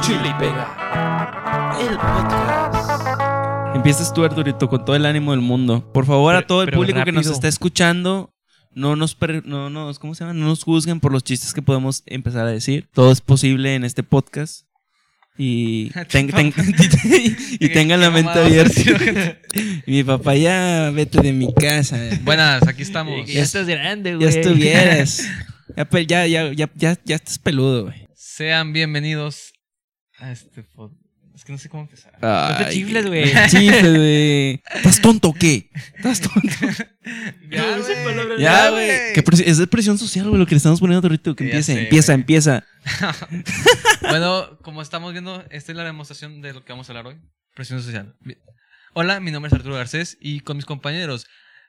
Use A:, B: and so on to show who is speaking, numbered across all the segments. A: Chile y Pega. El podcast.
B: Empiezas tú, Arturito, con todo el ánimo del mundo. Por favor, a
C: Pero-
B: todo el
C: pero
B: público que nos
C: rápido.
B: está escuchando, no nos, per- no, nos, ¿cómo se llama? no nos juzguen por los chistes que podemos empezar a decir. Todo es posible en este podcast. Y, ten- ten- y tengan la mente abierta. Mi papá, ya vete de mi casa.
C: Buenas, aquí estamos.
B: Ya estás
D: grande,
B: Ya estuvieras. Ya, pe- ya, ya, ya, ya, ya estás peludo, güey.
C: Sean bienvenidos a este pod- Es que no sé cómo empezar.
D: No te chifles, güey.
B: Chifles, güey. ¿Estás tonto o qué? ¿Estás tonto?
C: Ya, güey.
B: Ya, güey. Que presi- Es de presión social, güey, lo que le estamos poniendo ahorita. Que
C: Ya
B: empiece,
C: sé,
B: empieza,
C: güey.
B: empieza.
C: Bueno, como estamos viendo, esta es la demostración de lo que vamos a hablar hoy. Presión social. Mi- Hola, mi nombre es Arturo Garcés y con mis compañeros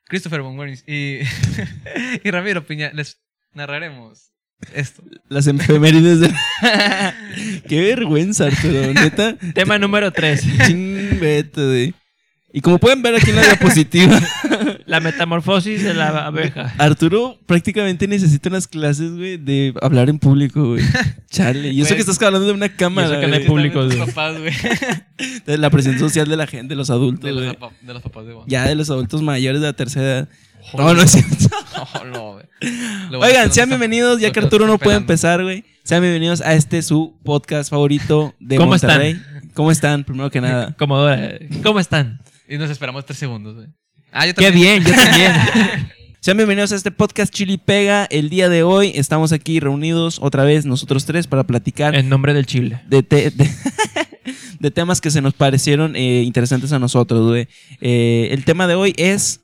C: Christopher Von Wernis y, y Ramiro Piña les narraremos esto.
B: Las efemérides de... Qué vergüenza, Arturo, neta.
D: Tema número 3.
B: Ching, vete, güey. Y como pueden ver aquí en la diapositiva,
D: La metamorfosis de la abeja.
B: Arturo prácticamente necesita unas clases, güey, de hablar en público, güey. Chale. Y eso
C: Güey.
B: que estás hablando de una cámara,
D: que no hay
B: güey.
D: público,
C: de
D: güey.
C: los papás, güey.
B: de la presión social de la gente, de los adultos,
C: De los,
B: güey.
C: apa- de los papás de Juan.
B: Ya de los adultos mayores de la tercera edad. No, no es cierto.
C: No, no, güey. Lo bueno es que
B: Oigan,
C: no
B: sean
C: está-
B: bienvenidos, ya
C: lo
B: que
C: está
B: Arturo no puede
C: esperando.
B: empezar, güey. Sean bienvenidos a este su podcast favorito de
D: ¿Cómo están?
B: Monterrey. ¿Cómo están? Primero que nada.
D: Comodora. ¿Cómo eh? están?
C: Y nos esperamos tres segundos, güey. Ah, yo
D: Qué
C: también.
D: bien, yo también.
B: Sean bienvenidos a este podcast Chili Pega. El día de hoy estamos aquí reunidos otra vez nosotros tres para platicar
D: En nombre del chile.
B: de, te- de- de temas que se nos parecieron eh, interesantes a nosotros, güey. Eh, el tema de hoy es...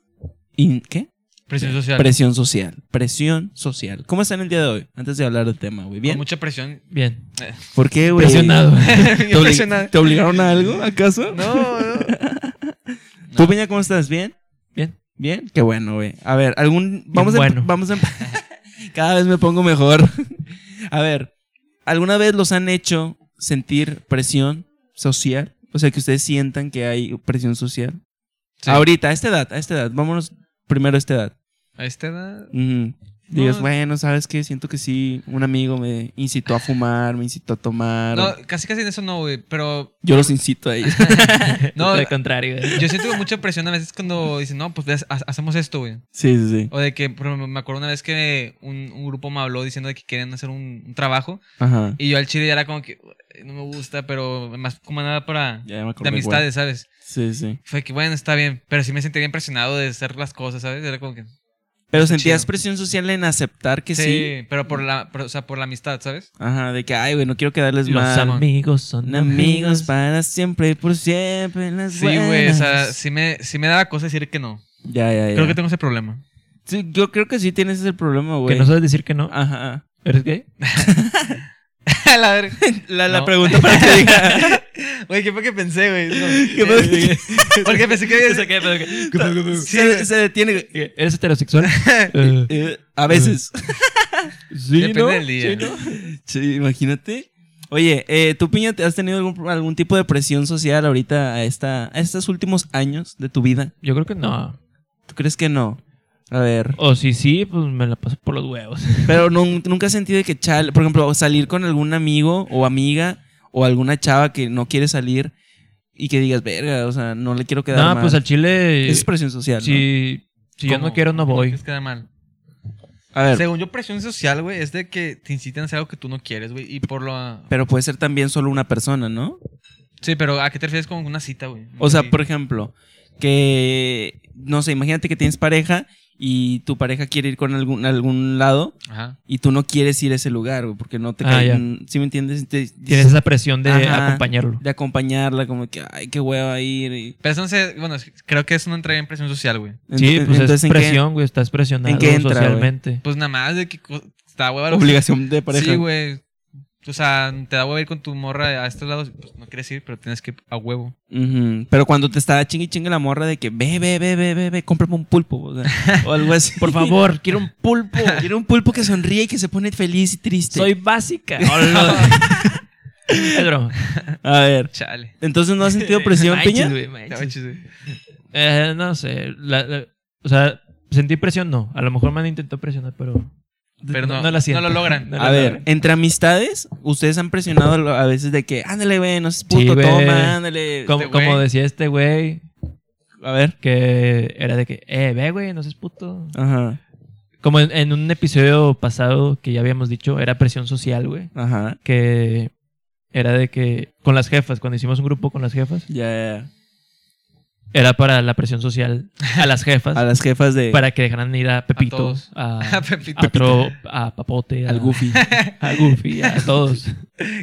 B: in- ¿Qué?
C: Presión social.
B: Presión social. Presión social. ¿Cómo están el día de hoy? Antes de hablar del tema, güey.
C: Con
B: ¿Bien?
C: mucha presión.
D: Bien.
B: ¿Por qué, güey?
D: Presionado.
B: ¿Te, obli- te obligaron a algo, acaso?
C: No, no.
B: ¿Tú, Peña, cómo estás? ¿Bien?
D: Bien.
B: ¿Bien? Qué bueno, güey. A ver, algún... Vamos a... em-,
D: bueno.
B: Vamos a... Cada vez me pongo mejor. a ver, ¿alguna vez los han hecho sentir presión social? O sea, que ustedes sientan que hay presión social.
C: Sí.
B: Ahorita, a esta edad, a esta edad. Vámonos primero a esta edad.
C: A este esta edad.
B: Ujú. Digas,
C: No.
B: bueno, ¿sabes qué? Siento que sí. Un amigo me incitó a fumar, me incitó a tomar.
C: No, casi casi en eso no, güey. Pero
B: Yo los incito a ellos.
C: No,
D: Al contrario. güey.
C: yo siento mucha presión a veces cuando dicen, no, pues ha- hacemos esto, güey.
B: sí, sí, sí.
C: O de que, por ejemplo, me acuerdo una vez que un, un grupo me habló diciendo de que querían hacer un, un trabajo.
B: Ajá.
C: Y yo al chile ya era como que, "Uy, no me gusta, pero más como nada para.
B: Ya, ya me acordé,
C: de amistades, ¿sabes?
B: güey. Sí, sí.
C: Fue que, bueno, está bien. Pero sí me sentí bien presionado de hacer las cosas, ¿sabes? Era como que.
B: Pero
C: Está
B: sentías
C: chido.
B: presión social en aceptar que sí.
C: Sí, pero por la, por- o sea, por la amistad, ¿sabes?
B: Ajá, de que, ay, güey, no quiero quedarles
D: Los
B: mal.
D: amigos son
B: Son amigos para siempre y por siempre. en Las
C: Sí, güey, o sea,
B: buenas.
C: sí me, sí me daba cosa decir que no.
B: Ya, ya, ya.
C: Creo que tengo ese problema.
B: Sí, yo creo que sí tienes ese problema,
D: Que
B: güey.
D: no sabes decir que no.
B: Ajá.
D: ¿Eres gay?
C: la verga.
B: La,
C: la No.
B: pregunta para que diga.
C: Güey, ¿qué fue que pensé, güey? No.
B: ¿Qué fue que-
C: Eh, Porque pensé que había...
B: se, se detiene. güey.
D: ¿Eres heterosexual? Eh,
B: Eh, a veces.
D: sí,
C: Depende
D: ¿no?
C: del día.
D: Sí, ¿no?
B: Sí, imagínate. Oye, eh, ¿tú, Piña, te has tenido algún, algún tipo de presión social ahorita a, esta, a estos últimos años de tu vida?
D: Yo creo que no.
B: ¿Tú crees que no? A ver.
D: O si sí, pues me la paso por los huevos.
B: Pero nun- nunca has sentido que, chal, por ejemplo, salir con algún amigo o amiga o alguna chava que no quiere salir y que digas, verga, o sea, no le quiero quedar
D: No,
B: mal.
D: pues al chile.
B: Esa es presión social,
D: Si, si yo
C: ¿Cómo?
D: no quiero, no voy.
C: Es que da mal.
B: ¿no? A ver,
C: Según yo, presión social, güey, es de que te incitan a hacer algo que tú no quieres, güey. Y por lo...
B: pero puede ser también solo una persona, ¿no?
C: Sí, pero ¿a qué te refieres con una cita, güey?
B: O sea,
C: Sí.
B: por ejemplo, que, no sé, imagínate que tienes pareja y tu pareja quiere ir con algún, algún lado
C: Ajá.
B: y tú no quieres ir a ese lugar, güey, porque no te
D: Ah,
B: cae-
D: ya.
B: ¿Sí me entiendes? Te-
D: Tienes esa presión de
B: Ajá.
D: acompañarlo.
B: de acompañarla, como que, ay, qué hueva ir. y-
C: Pero eso no sé... Bueno, es- creo que eso no entraría en presión social, güey.
D: Sí,
B: Ent-
D: pues
B: entonces,
D: es
B: ¿en qué-
D: presión, güey. Estás presionado
B: ¿en qué entra, güey?
D: socialmente.
C: Pues nada más de que... co- Está hueva lo-
B: Obligación de pareja.
C: Sí, güey. O sea, te da hueva ir con tu morra a estos lados. Pues no quieres ir, pero tienes que ir a huevo.
B: Ujú, Pero cuando te está chingue y chingue la morra de que ve, ve, ve, ve, ve, ve, cómprame un pulpo. O, sea, o algo así.
D: Por favor, quiero un pulpo.
B: Quiero un pulpo que sonríe y que se pone feliz y triste.
D: Soy básica. Pedro.
B: A ver.
C: Chale.
B: Entonces no has sentido presión,
D: Manches,
B: Peña.
D: güey,
C: Ya,
D: manches.
C: güey, chis, güey.
D: Eh, no sé. la- la- o sea, sentí presión, no. A lo mejor me han intentado presionar, pero
C: Pero no,
D: No la siento.
C: no lo logran.
D: No
B: A
D: la
B: ver,
D: logran.
B: entre amistades, ustedes han presionado a lo- a veces de que, ándale, güey, no seas
D: Sí,
B: puto,
D: güey.
B: toma, ándale.
D: Como,
C: Este güey.
D: como decía este güey,
B: A ver.
D: que era de que, eh, ve, güey, no seas puto.
B: Ajá,
D: Como en, en un episodio pasado que ya habíamos dicho, era presión social, güey.
B: ajá.
D: Que era de que, con las jefas, cuando hicimos un grupo con las jefas,
B: Ya, ya,
D: era para la presión social a las
B: ya.
D: jefas,
B: A las jefas de.
D: para que dejaran ir a Pepito,
C: todos.
D: a,
C: A
D: a
C: Ah, Pepito.
D: otro, a Papote, a,
B: Al Goofy.
D: a Goofy, a todos.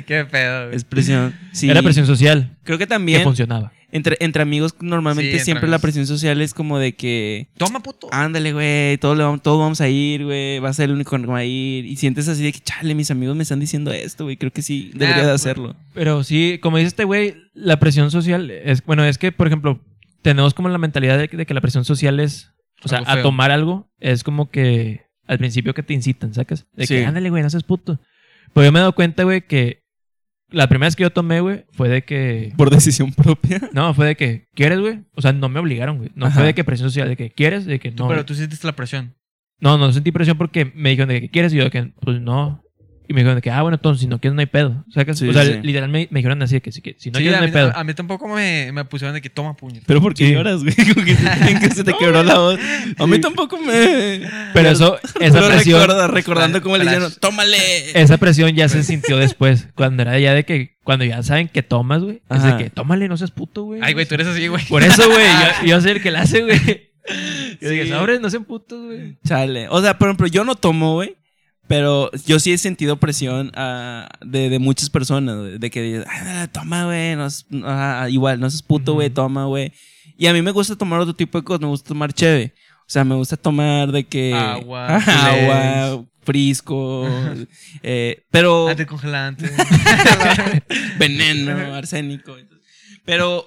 C: Qué pedo. güey.
B: es presión. Sí.
D: Era presión social
B: Creo que
D: que
B: también.
D: funcionaba.
B: Entre, entre amigos, normalmente
C: Sí, entre
B: siempre la
C: amigos.
B: presión social es como de que.
C: Toma, puto.
D: Ah,
B: Ándale, güey, todos, le vamos- todos vamos a ir, güey, va a ser el único que va a ir. Y sientes así de que, chale, mis amigos me están diciendo esto, güey, creo que sí, debería de
C: pues-
B: hacerlo.
D: Pero sí, como dice este güey, la presión social es, bueno, es que, por ejemplo, tenemos como la mentalidad de, que- de que la presión social es, o sea,
C: Algo
D: a
C: feo.
D: tomar algo, es como que al principio que te incitan, ¿sacas? De
B: Sí.
D: que, ándale, güey, no seas puto. Pues yo me he dado cuenta, güey, que la primera vez que yo tomé, güey, fue de que...
B: Por decisión propia.
D: No, fue de que, ¿quieres, güey? O sea, no me obligaron, güey. No
B: Ajá.
D: fue de que presión social, de que, ¿quieres? De que
C: Tú-
D: no.
C: pero
D: güey.
C: tú sientes la presión.
D: No, no sentí presión porque me dijeron de que quieres y yo de que pues no. Y me dijeron de que, ah, bueno, entonces si no quieres no hay pedo. ¿Sacas?
B: Sí,
D: o sea,
B: sí.
D: literal me, me dijeron así de que si, que- si no
C: Sí,
D: quieres
C: a,
D: no
C: mí,
D: hay pedo.
C: a mí tampoco me, me pusieron de que toma puñet.
B: Pero porque
D: Sí.
B: lloras, güey, como que en que se te quebró la voz. A mí tampoco me.
D: Pero eso,
B: Pero
D: esa presión,
B: recuerda, recordando cómo le
C: Flash.
B: dijeron, tómale.
D: esa presión ya se sintió después. Cuando era ya de que, cuando ya saben que tomas, güey. Es de
B: Ajá.
D: que tómale, no seas puto, güey.
C: Ay, güey, tú eres así, güey.
D: Por eso, güey, yo, yo soy el que la hace, güey. Yo dije,
B: Sí.
D: sobres, no sean putos, güey.
B: Chale. O sea, por ejemplo, yo no tomo, güey. Pero yo sí he sentido presión ah, de, de muchas personas, güey, de que digan, "Ah, toma, güey, no es- ah, igual, no seas puto, güey,
D: Ujú.
B: toma, güey. Y a mí me gusta tomar otro tipo de cosas, me gusta tomar cheve. O sea, me gusta tomar de que...
C: Agua,
B: agua, frisco, eh, pero...
C: Ah, Anticongelante.
B: veneno, arsénico. entonces. Pero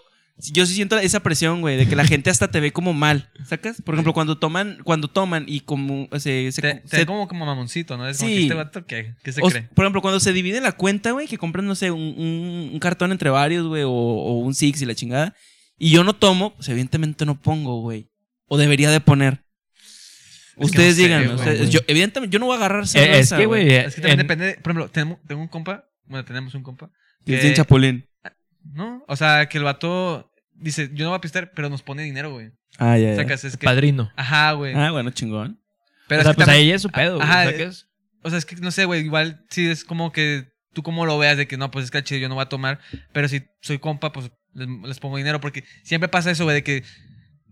B: yo sí siento esa presión, güey, de que la gente hasta te ve como mal, ¿sacas? Por ejemplo, cuando toman, cuando toman y como se, se-
C: te, te
B: se-
C: ven como, como mamoncito, ¿no? Es como
B: Sí.
C: que este vato, ¿qué, ¿Qué se
B: o-
C: cree?
B: por ejemplo, cuando se divide la cuenta, güey, que compran, no sé, un, un- un cartón entre varios, güey, o, o un six y la chingada, y yo no tomo, pues evidentemente no pongo, güey, o debería de poner.
C: que no
B: ustedes
C: sé,
B: digan,
C: güey.
B: yo, evidentemente, yo no voy a agarrar
D: Eh, es
B: cerveza,
D: que, güey,
C: Es que también
D: en-
C: depende. de- por ejemplo, tenemos, tengo un compa. Bueno, tenemos un compa.
B: Dicen
C: que-
B: chapulín.
C: No, o sea, que el vato dice, yo no voy a pistear, pero nos pone dinero, güey.
B: Ah,
D: Eh,
B: ya, ya.
C: Sacas, es que.
D: padrino.
C: Ajá, güey.
B: Ah, bueno, chingón.
D: o
C: Pero
D: sea,
C: es que
D: pues
C: también-
D: ahí es su pedo, güey.
C: Ajá,
D: ¿sacas?
C: O sea, es que no sé, güey. Igual sí es como que tú como lo veas de que no, pues es que al chile yo no voy a tomar. Pero si soy compa, pues les, les pongo dinero. Porque siempre pasa eso, güey, de que.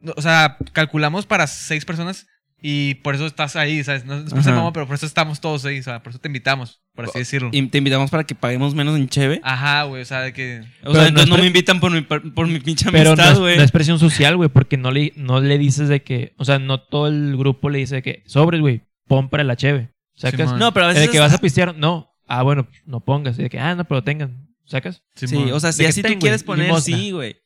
C: no, O sea, calculamos para seis personas y por eso estás ahí, ¿sabes? No es por ser
B: Ajá. Oh,
C: mamón, pero por eso estamos todos ahí, o sea, por eso te invitamos, por así decirlo.
B: Y te invitamos para que paguemos menos en cheve.
C: Ajá, güey, o sea, de que.
B: O
D: Pero
B: sea,
D: no
B: entonces
D: es
B: no
D: pre-
B: me invitan por mi, par- por mi pinche
D: Pero no
B: amistad,
D: es,
B: güey.
D: no es presión social, güey, porque no le, no le dices de que, o sea, no todo el grupo le dice de que, sobres, güey, pon para la cheve. ¿Sacas?
C: Simón.
B: No, pero a
D: Es
B: veces.
D: de que vas a pistear, no. Ah, bueno, no pongas. Y de que, ah, no, pero tengan. ¿Sacas?
B: Sí, o sea, si
D: De que
B: así tú
D: ten, güey,
B: quieres poner,
D: limosna.
B: sí, güey.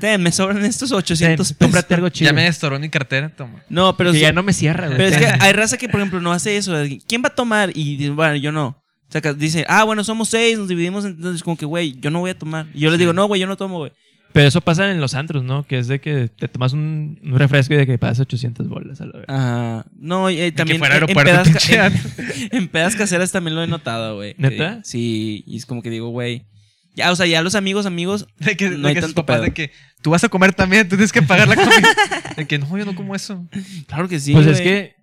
B: Ten, me sobran estos 800
D: Ten,
B: pesos.
D: Cómprate algo chido.
C: ya me estoró mi cartera, toma.
B: No, pero,
D: que
B: sí-
D: ya no me cierra, güey.
B: pero es que
D: Ten.
B: hay raza que, por ejemplo, no hace eso. ¿Quién va a tomar? Y dice, bueno, yo no. O sea, que dice, ah, bueno, somos seis, nos dividimos. Entonces, como que, güey, yo no voy a tomar. Y yo les digo, no, güey, yo no tomo, güey.
D: Pero eso pasa en los antros, ¿no? Que es de que te tomas un, un refresco y de que pagas 800 bolas a la vez.
B: Ah, no, eh, también.
C: que fuera
B: en-
C: aeropuerto,
B: en, pedas,
C: pinche
B: ca- en-
C: antro.
B: en pedas caseras también lo he notado, güey. Que-
D: ¿Neta?
B: Sí, y es como que digo, güey. Ya, o sea, ya los amigos, amigos,
C: De que,
B: No
C: de
B: hay
C: que sus
B: tanto
C: papás,
B: pedo.
C: de que tú vas a comer también, tú tienes que pagar la comida. de que no, yo no como eso.
B: claro que sí.
D: pues es
B: güey.
D: que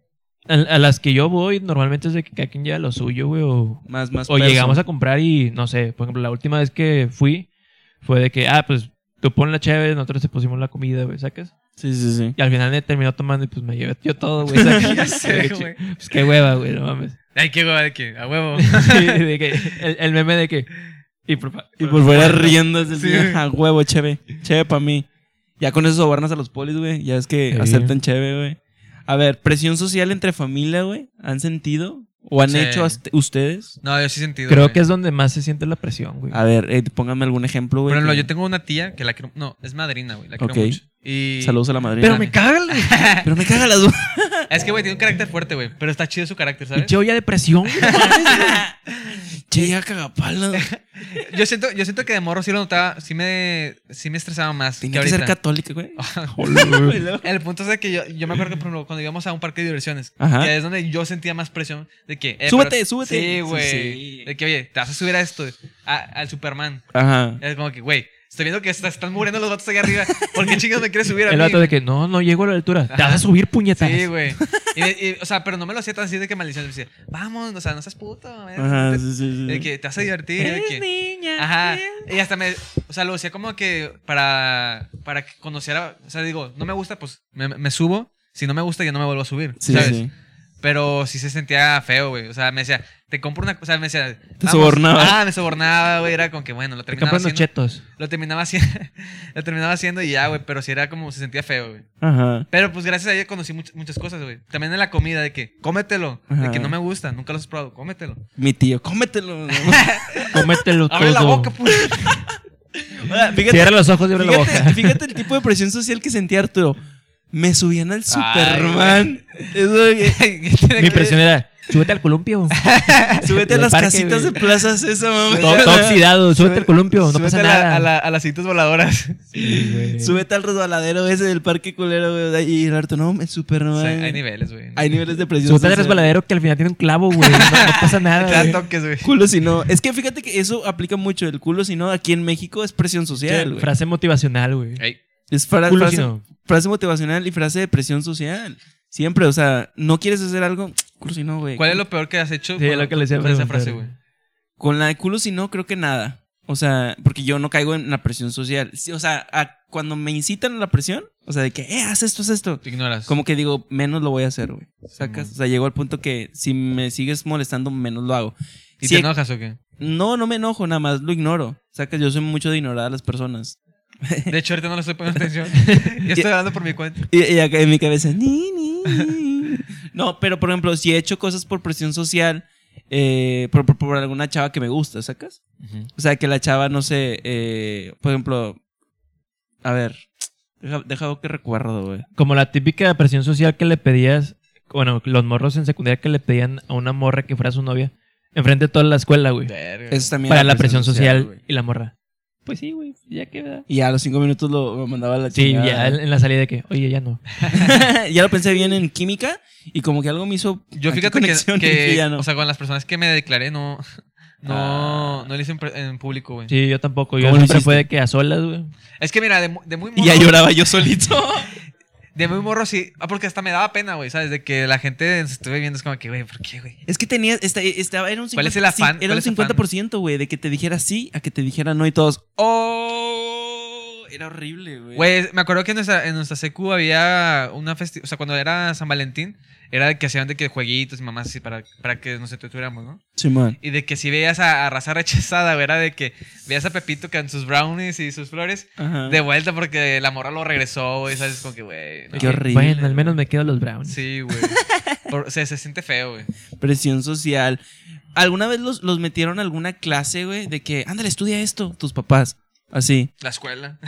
D: a, a las que yo voy normalmente es de que cada quien lleva lo suyo, güey, o
B: Más, más.
D: O llegamos a comprar y no sé, por ejemplo, la última vez que fui fue de que, ah, pues tú pon la chévere, nosotros te pusimos la comida, güey, ¿sacas?
B: Sí, sí, sí.
D: Y al final me terminó tomando y pues me llevé yo todo, güey, ¿sacas?
C: Ya sé,
D: De que,
C: güey.
D: Pues qué hueva, güey, no mames.
C: Ay, qué hueva de que, a huevo.
D: Sí, de que, el, el meme de que. Y por, fa-
B: Y por fuera riendo es el
C: Sí.
B: día, a huevo, cheve. Cheve para mí. Ya con eso sobornas a los polis, güey. Ya es que
D: Sí.
B: aceptan cheve, güey. A ver, presión social entre familia, güey. ¿Han sentido? ¿O han
C: Sí.
B: hecho hasta- ustedes?
C: No, yo sí he sentido.
D: Creo
C: güey.
D: que es donde más se siente la presión, güey.
B: A ver, eh, pónganme algún ejemplo,
C: Por
B: güey.
C: ejemplo,
B: que-
C: yo tengo una tía que la quiero. No, es madrina, güey. La quiero
B: Ok.
C: mucho. Y.
B: Saludos a la madrina.
D: Pero me caga la
B: Pero me caga las dos.
C: Ah, Es que, güey, tiene un carácter fuerte, güey. Pero está chido su carácter, ¿sabes?
D: pinche olla de presión. güey.
B: che, ya cagapalas.
C: Yo siento, yo siento que de morro sí lo notaba, sí me, sí me estresaba más.
B: Tenía que,
C: ahorita.
B: ser católica, güey.
C: El punto es de que yo, yo me acuerdo que, por ejemplo, cuando íbamos a un parque de diversiones,
B: Ajá.
C: que es donde yo sentía más presión de que. eh, pero-
B: Súbete, súbete.
C: Sí,
B: Sí,
C: güey.
B: sí.
C: De que, oye, te vas a subir a esto, a- al Superman.
B: Ajá.
C: Es como que, güey, estoy viendo que se están muriendo los vatos allá arriba. ¿Por qué chingados me quieres subir a
D: El
C: mí?
D: vato de que no, no llego a la altura. Te vas a subir puñetas.
C: Sí, güey. Y me- y, o sea, pero no me lo hacía tan así de que maldición. Me decía, vamos, o sea, no seas puto. eh,
B: Ajá.
C: te-
B: Sí, sí, sí.
C: De que te vas a divertir. de que-
D: niña.
C: Ajá. Y hasta me. O sea, lo decía como que para. Para que conociera. O sea, digo, no me gusta, pues me, me subo. Si no me gusta, ya no me vuelvo a subir.
B: Sí,
C: ¿Sabes?
B: sí.
C: Pero sí se sentía feo, güey. O sea, me decía, te compro una. O sea, me decía.
B: Te
C: "Vamos".
B: sobornaba.
C: Ah, me sobornaba, güey. Era como que, bueno, lo
D: Te
C: terminaba
D: compran los
C: haciendo.
D: chetos.
C: Lo terminaba haciendo. lo terminaba haciendo y ya, güey. Pero sí era como. Se sentía feo, güey.
B: Ajá.
C: Pero pues gracias a ella conocí much- muchas cosas, güey. También en la comida, de que, cómetelo. De
B: Ajá.
C: que no me gusta, nunca lo has probado, cómetelo.
B: Mi tío, cómetelo.
D: Cómetelo todo.
C: Abre la boca, pues.
B: Ahora, fíjate,
D: Cierra los ojos y abre la
B: fíjate-
D: boca.
B: fíjate el tipo de presión social que sentía Arturo. Me subían al Superman. Eso,
D: Mi presión era, súbete al columpio.
B: súbete a
D: Del
B: las
D: parque,
B: casitas
D: güey.
B: de Plaza Sésamo.
D: Todo,
B: güey.
D: todo oxidado, súbete al columpio, no
C: Súbete
D: pasa
C: a, la-
D: nada.
C: a la- a las citas voladoras.
D: Sí, güey.
B: Súbete al resbaladero ese del parque culero, güey. Y el Arturo, no, el Superman.
C: O sea, hay niveles, güey.
B: Hay niveles de presión
D: Súbete al
B: social.
D: resbaladero que al final tiene un clavo, güey. No, no pasa
C: Te
D: nada.
C: dan
D: güey.
C: toques, güey.
B: Culo si no. Es que fíjate que eso aplica mucho. El culo si no, aquí en México es presión social, güey.
D: Frase motivacional, güey.
C: Ey,
B: Es fra-
D: Culo
B: frase,
D: si no.
B: frase motivacional y frase de presión social. Siempre, o sea, no quieres hacer algo, culo si no, güey.
C: ¿Cuál es lo peor que has hecho?
D: Sí, lo que le decía
C: con esa
D: preguntar.
C: frase, güey.
B: Con la de culo si no, creo que nada. O sea, porque yo no caigo en la presión social. Sí, O sea, a- cuando me incitan a la presión, o sea, de que, eh, haz esto, haz esto.
C: Te ignoras.
B: Como que digo, menos lo voy a hacer, güey. Sacas, o sea, llegó al punto que si me sigues molestando, menos lo hago.
C: ¿Y
B: Sí,
C: te enojas o qué?
B: No, no me enojo, nada más lo ignoro. Sacas, yo soy mucho de ignorar a las personas.
C: De hecho, ahorita no le estoy poniendo atención. Yo estoy hablando por mi cuenta.
B: Y, y acá en mi cabeza, ni, ni, ni. No, pero por ejemplo, si he hecho cosas por presión social, eh, por, por- por alguna chava que me gusta, ¿sacas? O sea, que la chava, no sé, eh, por ejemplo, a ver, deja, deja que recuerdo, güey.
D: Como la típica presión social que le pedías, bueno, los morros en secundaria que le pedían a una morra que fuera su novia, enfrente de toda la escuela, güey.
C: Verga.
B: Eso también.
D: Para
B: era
D: la presión social,
B: güey.
D: y la morra. Pues sí, güey, ya queda.
B: Y a los cinco minutos lo, lo mandaba a la
D: Sí,
B: chingada.
D: ya en en la salida de que, oye, ya no.
B: ya lo pensé bien en química y como que algo me hizo.
C: Yo
B: aquí
C: fíjate que,
B: conexión y
C: que
B: dije, ya no.
C: o sea, con las personas que me declaré, no, no,
B: Ah.
C: no lo hice en, pre- en público, güey.
D: Sí, yo tampoco. Yo
B: ¿Cómo lo
D: siempre
B: hiciste?
D: fue de que a solas, güey.
C: Es que mira, de, mu- de muy
B: y
C: morro,
B: ya lloraba yo solito.
C: de muy morro sí, ah, porque hasta me daba pena, güey, ¿sabes? De que la gente se estuve viendo es como que, güey, ¿por qué, güey?
B: Es que tenías, esta- estaba, era un 50%,
C: ¿Cuál es el afán?
B: sí, era
C: ¿Cuál
B: un
C: es el afán?
B: 50%, güey, de que te dijera sí a que te dijera no y todos, ¡oh! Era horrible, güey.
C: Güey, me acuerdo que en nuestra, en nuestra secu había una festividad, o sea, cuando era San Valentín, era de que hacían de que jueguitos y mamás así para, para que nos entretuviéramos, ¿no?
B: Simón.
C: Y de que si veías a, a raza rechazada, güey, era de que veías a Pepito con sus brownies y sus flores
B: Ajá.
C: de vuelta porque la morra lo regresó, güey, ¿sabes? Como que, güey. no.
B: Qué horrible.
D: Bueno, al menos me quedo los Browns.
C: Sí, güey. Por- se, se siente feo, güey.
B: Presión social. ¿Alguna vez los, los metieron a alguna clase, güey, de que, ándale, estudia esto, tus papás? Así.
C: La escuela.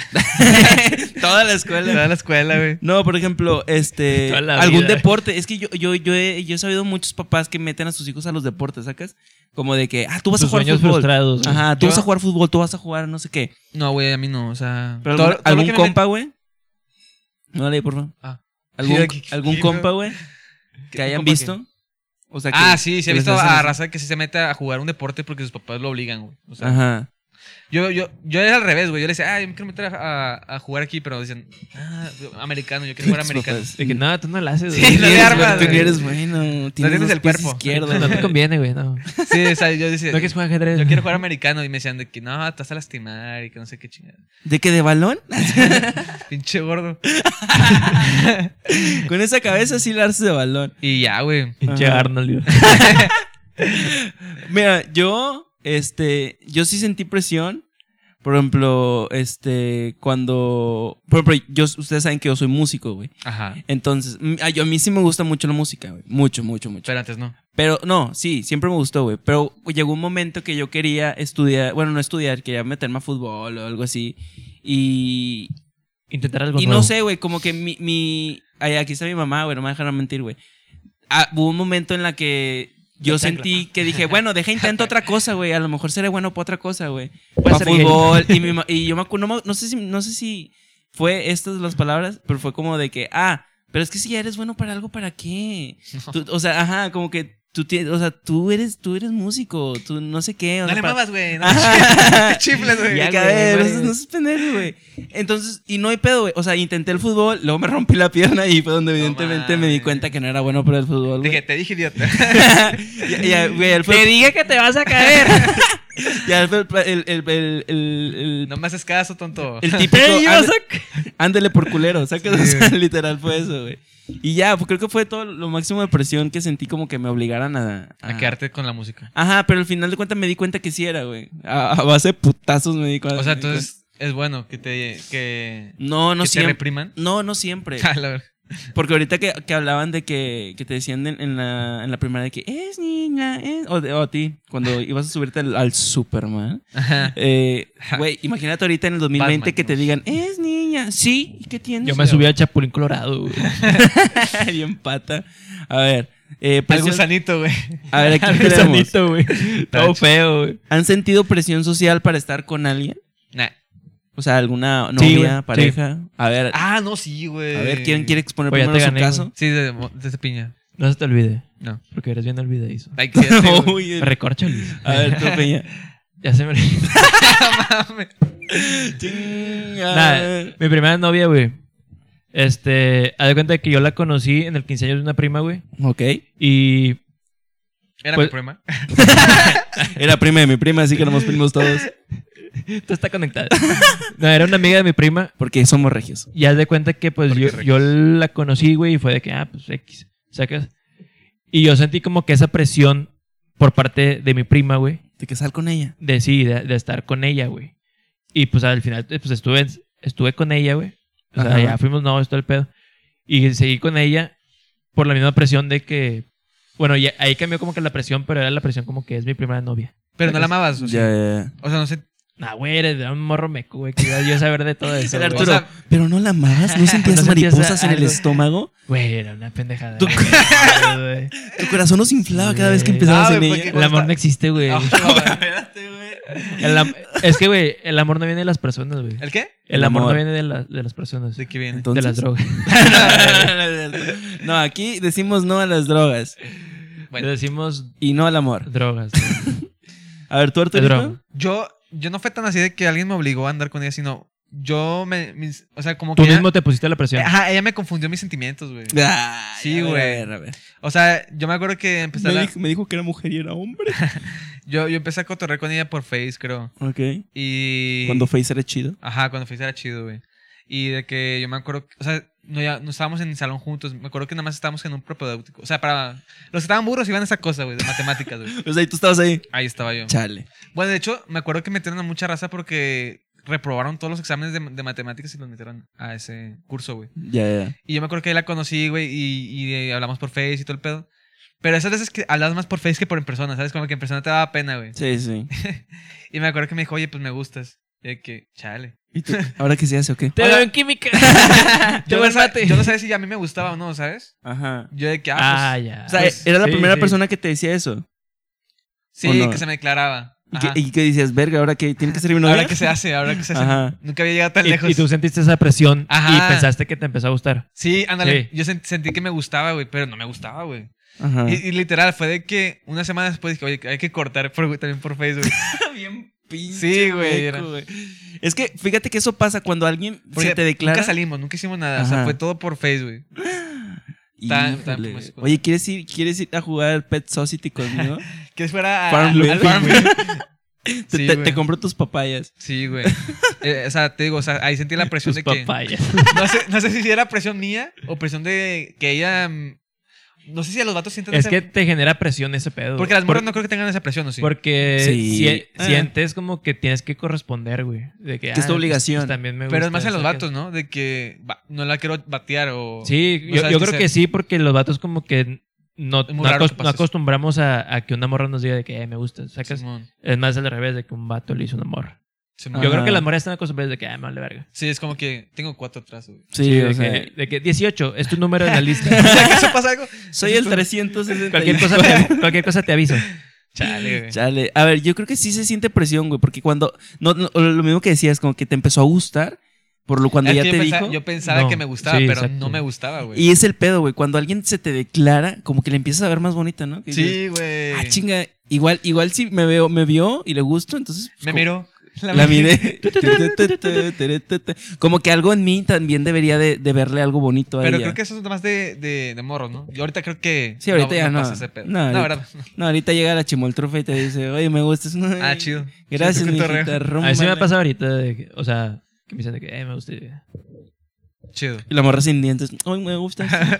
B: Toda la
C: Le
B: escuela.
C: da la escuela, güey.
B: No, por ejemplo, este,
D: Toda la
B: algún
D: vida.
B: deporte. Es que yo, yo, yo, he, yo he sabido muchos papás que meten a sus hijos a los deportes, ¿sacas? Como de que, ah, tú vas a
D: Tus
B: jugar
D: sueños
B: fútbol.
D: frustrados. güey.
B: Ajá, tú
C: Yo-
B: vas a jugar fútbol, tú vas a jugar no sé qué.
C: No, güey, a mí no, o sea.
B: Pero
C: todo-
B: algún,
C: todo lo
B: algún
C: que me
B: compa, güey. No le por favor.
C: Ah.
B: ¿Algún,
C: Sí, aquí-
B: algún
C: aquí,
B: compa, güey?
C: met-
B: Que hayan
C: ¿compa qué?
B: visto. O sea, que-
C: Ah, sí, sí he
B: que les
C: visto
B: hacen
C: a
B: eso.
C: raza que sí se mete a jugar un deporte porque sus papás lo obligan, güey. O sea,
B: Ajá.
C: yo, yo, yo era al revés, güey. Yo le decía, ah, yo me quiero meter a, a- a jugar aquí, pero decían, ah, americano, yo quiero jugar
B: Tus
C: americano.
B: papás.
D: De que, no, tú no la haces,
C: Sí,
D: güey.
B: Tú
C: no
B: ni
C: le
B: eres
C: armas,
B: bueno, tú ni
C: güey.
B: eres bueno. Tienes
C: tienes
B: los
C: el
B: pies
C: cuerpo.
B: izquierdos,
D: No te
B: güey.
D: conviene, güey, no.
C: Sí, o sea, yo decía,
D: No quieres jugar ajedrez.
C: yo quiero jugar americano. Y me decían de que no, te vas a lastimar y que no sé qué chingada.
B: ¿De qué? ¿De balón?
C: Pinche gordo.
B: Con esa cabeza sí la haces de balón.
C: Y ya, güey.
D: Pinche
B: Ajá.
D: Arnold.
B: Mira, yo, este, yo sí sentí presión. Por ejemplo, este, cuando... Por ejemplo, yo, ustedes saben que yo soy músico, güey.
C: Ajá.
B: Entonces, mm, a, yo- a mí sí me gusta mucho la música, güey. Mucho, mucho, mucho.
C: Pero antes no.
B: Pero no, sí, siempre me gustó, güey. Pero llegó un momento que yo quería estudiar, bueno, no estudiar, quería meterme a fútbol o algo así. Y,
D: Intentar algo
B: y
D: nuevo.
B: no sé, güey, como que mi... mi ay, aquí está mi mamá, güey, no me dejaron mentir, güey. Ah, hubo un momento en la que yo
D: Chancla.
B: sentí que dije, bueno, deja intento otra cosa, güey. A lo mejor seré bueno para otra cosa, güey.
D: Puede
B: Para
D: ser gay.
B: fútbol. Y, mi ma- y yo me acu- no, me- no sé si, no sé si fue estas las palabras, pero fue como de que, ah, pero es que si ya eres bueno para algo, ¿para qué? Tú- o sea, ajá, como que tú tienes, o sea, tú eres, tú eres músico, tú no sé qué. O
C: No
B: sea,
C: le
B: para-
C: mamas, güey. No
B: Ajá.
C: chifles, güey.
B: Ya,
D: Ya,
B: güey,
D: güey,
B: a ver,
D: vale.
B: no seas- no seas pendejo, güey. Entonces, y no hay pedo, güey. O sea, intenté el fútbol, luego me rompí la pierna y fue donde evidentemente me di
C: mames.
B: cuenta que no era bueno para el fútbol, güey.
C: Dije, te dije idiota.
B: ya, ya, güey, el fútbol-
D: dije que te vas a caer.
B: ya, el, el, el, el, el- el-
C: No me haces caso, tonto.
B: el típico.
D: Te ibas
B: "Ande-
D: a caer.
B: Ándele por culero, sacas
C: Sí,
B: o sea, literal fue eso, güey. Y ya, pues, creo que fue todo lo máximo de presión que sentí como que me obligaran a.
C: A quedarte con la música.
B: Ajá, pero al final de cuentas me di cuenta que sí era, güey. A, a base de putazos me di cuenta.
C: O sea,
B: me di
C: entonces es bueno que te. Que,
B: cuenta. No, no
C: que te
B: siempre.
C: repriman.
B: No, no siempre.
C: A la verga.
B: Porque ahorita que, que hablaban de que, que te decían en, en la, en la primaria de que es niña, es. O, de- o a ti, cuando ibas a subirte al, al Superman.
C: Ajá.
B: Eh, Güey, imagínate ahorita en el 2020
C: Batman,
B: que te
C: ¿no?
B: digan, es niña, sí, ¿y qué tienes?
D: Yo me subí a Chapulín Colorado, güey.
B: Bien pata. A ver, eh,
C: Al
B: presión-
C: gusanito, güey.
B: a ver,
D: Al
B: aquí tenemos.
D: gusanito, güey. Todo
C: Tacho.
D: feo, güey.
B: ¿Han sentido presión social para estar con alguien?
C: Nah.
B: O sea, alguna
D: Sí,
B: novia,
D: güey,
B: pareja. A ver,
C: Ah, no, sí, güey.
B: a ver, ¿quién quiere exponer
D: Pues ya
B: primero
D: te
B: su
D: gané,
B: caso?
C: Sí, de, de esa piña.
D: No se te olvide,
C: No.
D: porque eres bien olvidadizo.
C: Ay, que ya sé, güey.
B: Uy,
D: Me recorcho, Luis.
B: a ver, tú, Peña.
D: Ya se me...
C: Mames.
B: Chinga.
D: Nada, mi primera novia, güey. Este, haz de cuenta que yo la conocí en el 15 años de una prima, güey.
B: Ok.
D: Y
C: Era
D: Pues-
C: mi problema.
B: Era prima de mi prima, así que éramos primos todos.
D: tú está conectada. No, era una amiga de mi prima.
B: Porque somos regios.
D: Y haz de cuenta que, pues,
C: Porque
D: yo,
C: regios.
D: yo la conocí, güey, y fue de que, ah, pues, X, sacas. Y yo sentí como que esa presión por parte de mi prima, güey,
B: Te casar con ella.
D: de sí, de, de estar con ella, güey. Y pues al final, eh, pues estuve, estuve con ella, güey. O sea,
B: Ajá.
D: ya fuimos, no, esto el pedo. Y seguí con ella por la misma presión de que. Bueno, ya, ahí cambió como que la presión, pero era la presión como que es mi primera novia.
C: Pero no la amabas. O sea,
B: pues, Ya, ya,
C: o sea no sé.
D: Nah, güey, eres de un morro meco, güey, que iba yo a saber de todo eso.
B: ya.
D: güey.
C: Arturo.
D: O sea,
B: pero no la amabas, no sentías
D: No sentías
B: mariposas en el
D: algo.
B: estómago.
D: Güey, era una pendejada.
B: Tú-
D: güey.
B: Tu corazón nos inflaba cada vez que
D: Ah,
B: empezabas
C: güey,
B: en
C: ¿por
B: ella.
C: qué?
D: el amor no existe, güey.
B: Espérate, güey.
D: El am- es que, güey, el amor no viene de las personas, güey.
C: ¿El qué?
D: El amor,
B: amor.
D: no viene de, la- de las personas,
C: ¿De qué viene?
D: de las
B: Entonces-
D: drogas.
B: no, aquí decimos no a las drogas
C: Bueno.
D: Decimos
B: y no al amor.
D: drogas.
B: A ver, tú, Arturito.
D: Pedro.
C: Yo, yo no fue tan así de que alguien me obligó a andar con ella, sino yo me. mis- o sea, como
D: Tú
C: que. ella-
D: mismo te pusiste la presión.
C: Ajá, ella me confundió mis sentimientos, güey.
B: Ah,
C: Sí,
B: a ver,
C: güey.
B: a ver, a ver.
C: O sea, yo me acuerdo que empecé a
B: Me
C: la-
B: dijo, me dijo que era mujer y era hombre.
C: yo, yo empecé a cotorrear con ella por Face, creo.
B: Ok.
C: Y.
B: Cuando Face era chido.
C: Ajá, cuando Face era chido, güey. Y de que yo me acuerdo. que- o sea, no, ya- no estábamos en el salón juntos. Me acuerdo que nada más estábamos en un propedéutico. O sea, para. Los que estaban burros iban a esa cosa, güey, de matemáticas, güey.
B: O sea, y tú estabas Pues ahí.
C: Ahí estaba yo.
B: Chale.
C: Bueno, de hecho, me acuerdo que metieron a mucha raza porque reprobaron todos los exámenes de, de matemáticas y los metieron a ese curso, güey.
B: Ya, ya, ya.
C: Y yo me acuerdo que ahí la conocí, güey, y, y, eh, hablamos por Face y todo el pedo. Pero esas veces que hablas más por Face que por en persona, ¿sabes? Como que en persona te daba pena, güey.
B: Sí, sí.
C: Y me acuerdo que me dijo, oye, pues me gustas. Y de que, chale.
B: ¿Y tú? ¿Ahora qué se hace o qué?
D: Te
C: Hola.
D: veo en química.
C: Yo
D: voy
C: no,
D: al
C: sa-
D: mate.
C: yo no sabía si a mí me gustaba o no, ¿sabes?
B: Ajá.
C: Yo de que, ah,
D: Ah,
C: pues,
D: ya.
B: O sea,
D: Pues,
B: era la
D: sí,
B: primera
D: sí.
B: persona que te decía eso. ¿o
C: sí,
B: no?
C: que se me declaraba.
B: Y
C: Ajá.
B: que, y que decías, verga, ahora que tiene que ser mi novia.
C: ahora que se hace, ahora que se hace.
B: Ajá.
C: Nunca había llegado tan lejos.
D: Y, y tú sentiste esa presión
C: Ajá.
D: y pensaste que te empezó a gustar.
C: Sí,
D: Sí.
C: ándale. Yo sen- sentí que me gustaba, güey, pero no me gustaba, güey.
B: Ajá.
C: Y, y literal, fue de que una semana después dije, oye, hay que cortar por- también por Facebook.
B: bien
C: Sí, güey,
B: hueco,
C: era-
B: güey. Es que fíjate que eso pasa cuando alguien
C: Porque
B: se te declara.
C: Nunca salimos, nunca hicimos nada. O
B: Ajá.
C: sea, fue todo por Facebook. Tan- pues, tan
B: Híjole.
C: promiscuo.
B: Oye, ¿quieres ir, ¿quieres ir a jugar Pet Society conmigo?
C: Que fuera a-
B: Farm
C: al- al
B: Living,
C: Farm
B: güey.
C: Living.
B: Te-
C: Sí,
B: te,
C: güey.
B: te compro tus papayas.
C: Sí, güey. Eh, o sea, te digo, o sea, ahí sentí la presión
D: Tus
C: de que.
D: papayas.
C: No sé, no sé si era presión mía o presión de que ella. mm, No sé si a los vatos sienten
D: es
C: esa-
D: que te genera presión ese pedo.
C: Porque las
D: Por-
C: morras no creo que tengan esa presión, ¿o sí?
D: Porque
B: Sí.
D: si-
B: Ah.
D: sientes como que tienes que corresponder, güey. De que,
B: Que es tu
D: pues,
B: obligación.
D: pues, también me
C: Pero es
D: gusta,
C: más en los
D: ¿sabes?
C: vatos, ¿no? De que va, no la quiero batear o.
D: Sí,
C: No
D: yo,
C: sabes
D: yo
C: qué
D: creo
C: hacer.
D: que sí, porque los vatos como que no,
C: Es muy
D: no
C: raro que
D: acos-
C: pase
D: no
C: eso.
D: acostumbramos a, a que una morra nos diga de que "Eh, me gusta. Sacas.
C: Simón.
D: Es más al revés de que un vato le hizo una morra.
C: Simón.
D: Yo creo
B: Ajá.
D: que las morras están acostumbradas de que, ah, me vale verga.
C: Sí, es como que tengo cuatro atrás, güey.
B: Sí,
D: Sí,
B: o
D: de,
B: sea,
D: que, de que 18 es tu número en la lista.
C: Si acaso pasa algo?
B: soy el 360.
D: cualquier, cosa te, cualquier cosa te aviso.
C: Chale, güey.
B: Chale. A ver, yo creo que sí se siente presión, güey, porque cuando no, no, lo mismo que decías, como que te empezó a gustar por lo cuando
C: Es
B: ya
C: que
B: te
C: yo, pensaba,
B: dijo.
C: yo pensaba
D: No,
C: que me gustaba,
D: sí,
C: pero
D: exacto.
C: no me gustaba, güey.
B: Y es el pedo, güey, cuando alguien se te declara, como que le empiezas a ver más bonita, ¿no? Que dices,
C: Sí, güey.
B: Ah, chinga, igual igual si me veo me vio y le gusto, entonces pues,
C: Me
B: como-
C: miró.
B: La miré. Como que algo en mí también debería de, de verle algo bonito a
C: Pero
B: ella.
C: creo que eso es más de, de, de morro, ¿no? Yo ahorita creo que.
B: Sí, ahorita ya no.
C: pasa ese pedo.
B: No,
C: No,
B: ahorita-
C: verdad.
B: No, ahorita llega la chimoltrofa y te dice, oye, me gustas.
C: Ah, chido.
B: Gracias,
C: Chido,
B: mi
C: cotorreo.
D: A ver si me ha pasado ahorita, de que- o sea, que me dicen de que, eh, me gusta.
C: Chido.
B: Y la morra sin dientes. Ay, me gustas.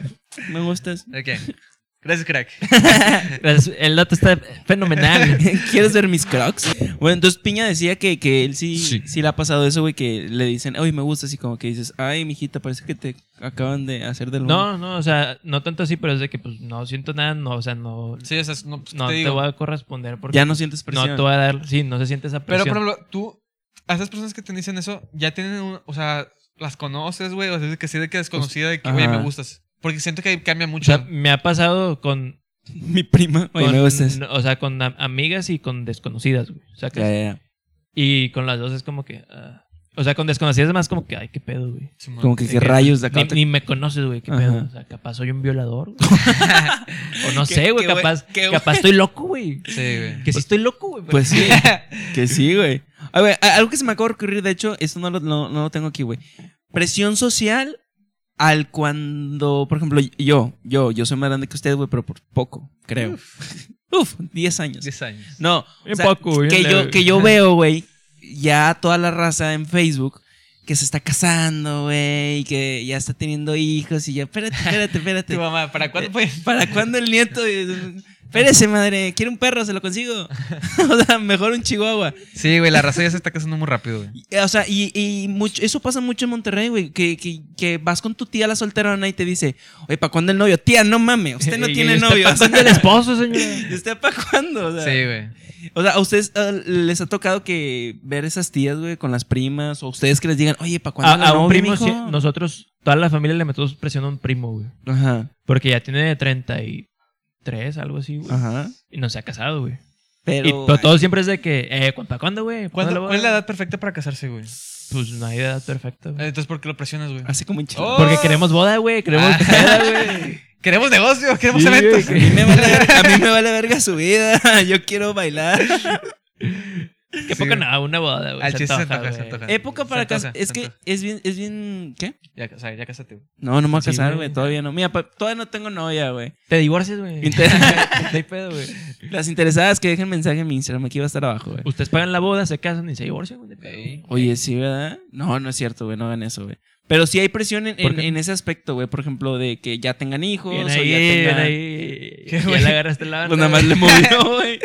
B: me gustas.
C: Ok. Gracias, crack.
D: Gracias, Pues, El dato está fenomenal.
B: ¿Quieres ver mis crocs? Bueno, entonces Piña decía que, que él sí,
D: Sí.
B: sí. le ha pasado eso, güey, que le dicen, oye, me gustas. Y como que dices, ay, mijita, parece que te acaban de hacer del
D: No, no, o sea, no tanto así, pero es de que, pues, no siento nada, no, o sea, no,
C: Sí, o sea, no, pues,
D: no
C: te
D: te,
C: digo.
D: voy a corresponder porque
B: Ya no sientes presión.
D: no te voy a dar, sí, no se siente esa
C: Pero,
D: presión.
C: por ejemplo, tú, a esas personas que te dicen eso, ya tienen un. O sea, las conoces, güey. O sea, es que sí, de que desconocida, de que, oye,
B: ajá.
C: me gustas. Porque siento que ahí cambia
D: o
C: mucho.
D: sea, me ha pasado con,
B: Mi prima, oye,
D: con-
B: me gustas.
D: o sea, con am- amigas y con desconocidas, güey, sacas.
B: Ya, ya, ya.
D: Y con las dos es como que, ah, o sea, con desconocidas es más como que, ay, qué pedo, güey.
C: Simón.
B: Como que
D: De
B: qué
D: que
B: rayos de acá.
D: Ni, ni me conoces, güey, qué
B: Ajá.
D: pedo. O sea, capaz soy un violador. güey. o no sé, güey,
B: qué güey-
D: capaz,
B: qué güey.
D: capaz estoy loco, güey.
C: Sí, güey.
D: Que sí estoy loco, güey. pero-
B: Pues sí, que sí, güey. A ver, a- algo que se me acaba de ocurrir, de hecho, esto no lo, no- no lo tengo aquí, güey. Presión social al cuando, por ejemplo, yo, yo, yo soy más grande que usted, güey, pero por poco, creo. Uf, 10 años.
C: 10 años.
B: No, o
D: Bien
B: sea,
D: poco, güey,
B: que,
D: bien
B: yo,
D: leve.
B: que yo veo, güey, ya toda la raza en Facebook que se está casando, güey, y que ya está teniendo hijos y ya, espérate, espérate,
C: Tu
B: espérate.
C: mamá, ¿para cuándo fue?
B: ¿Para cuándo el nieto? Y- Espérese, madre. Quiero un perro, se lo consigo. o sea, mejor un chihuahua.
C: Sí, güey, la raza ya se está casando muy rápido, güey.
B: Y- O sea, y, y mucho, eso pasa mucho en Monterrey, güey. Que, que, que vas con tu tía la solterona y te dice, oye, ¿para cuándo el novio? Tía, no mames, usted no
D: Y
B: tiene
D: está
B: novio. O sea,
D: pasando el esposo, señora.
B: ¿Y usted para cuándo? O sea,
C: Sí, güey.
B: o sea, ¿a ustedes ah, les ha tocado que ver esas tías, güey, con las primas? O ustedes que les digan, oye, ¿para
D: A,
B: cuándo la
D: a un
B: novia,
D: primo,
B: mijo?"
D: sí, nosotros, toda la familia le metió presión a un primo, güey.
B: Ajá,
D: Porque ya tiene 33, algo así, güey.
B: ajá.
D: Y no se ha casado, güey.
B: Pero,
D: Y pero todo siempre es de que, eh, ¿para cuándo, güey? ¿Para
C: ¿Cuándo-
D: boda?
C: ¿Cuál es la edad perfecta para casarse, güey?
D: Pues no hay edad perfecta, güey.
C: Entonces, ¿por qué lo presionas, güey?
B: hace como un chico.
C: Oh.
D: Porque queremos boda, güey. Queremos
C: Ah,
D: peda, güey.
C: Queremos negocio, queremos
D: Sí, güey,
C: eventos.
B: A mí, me vale ver- a mí me vale verga su vida. Yo quiero bailar.
D: Qué
C: Sí,
D: poco
C: güey.
D: nada, una boda, güey.
C: Al
D: Se
C: chiste se
D: antoja,
C: antoja, se
D: güey.
C: antoja.
B: Época para
C: Se antoja,
B: casar. Es
C: se
B: que
C: antoja.
B: es bien, es bien. ¿Qué?
C: Ya, o sea, ya cásate, güey.
B: No, no me voy a
D: Sí,
B: casar,
D: güey.
B: güey. Todavía no. Mira, pa- todavía no tengo novia, güey.
D: Te divorcias, güey.
B: Inter-
D: No hay pedo, güey.
B: Las interesadas que dejen mensaje en mi Instagram, aquí va a estar abajo, güey.
D: Ustedes pagan la boda, se casan y se divorcian, güey. de pedo, güey.
B: Oye, sí, ¿verdad? No, no es cierto, güey. No hagan eso, güey. Pero sí hay presión en,
D: ¿Por
B: en-
D: qué?
B: en ese aspecto, güey. Por ejemplo, de que ya tengan hijos
D: Bien
B: o
D: ahí,
B: ya
D: bien
B: tengan.
D: ahí.
C: Qué
D: Ya
C: güey.
D: le agarraste la
B: Pues
D: banda,
B: nada más le
D: güey.
B: movió, güey.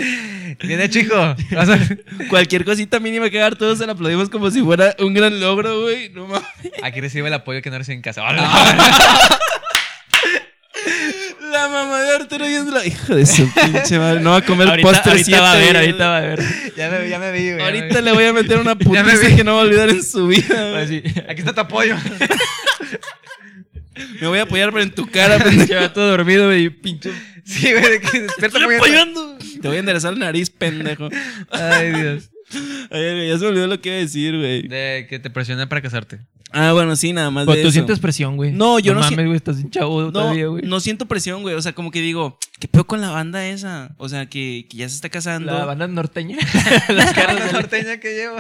C: Bien hecho, hijo. Vas a-
B: Cualquier cosita mínima que hagan, todos se la aplaudimos como si fuera un gran logro, güey. No mames.
C: Aquí recibe el apoyo que no recibe en casa.
B: La mamá de Arturo la Hijo de su pinche madre. No va a comer
D: Ahorita,
B: postre
D: ahorita va a
B: siete,
D: ver,
B: güey.
D: ahorita va a ver.
C: Ya me, ya me vi, güey. ya me
B: Ahorita le voy a meter una putiza
C: vi.
B: que no va a olvidar en su vida. güey.
D: Así.
C: vi. Aquí está tu apoyo.
B: Me voy a apoyar pero en tu cara, pendejo.
D: Lleva todo dormido, güey. Pinche.
C: Sí, güey, de que despierta muy
D: apoyando!
B: Te voy a enderezar la nariz, pendejo.
C: Ay, Dios.
B: Ay, güey, ya se me olvidó lo que iba a decir, güey.
C: De que te presiona para casarte.
B: Ah, bueno, sí, nada más.
D: O
B: de
D: Pues tú
B: eso.
D: sientes presión, güey.
B: No, yo no
D: mames,
B: sien-
D: güey, estás un chavo
B: No,
D: todavía, güey.
B: no siento presión, güey. O sea, como que digo, ¿qué pedo con la banda esa? O sea, que, que ya se está casando.
D: La banda norteña.
C: Las caras norteña que llevo.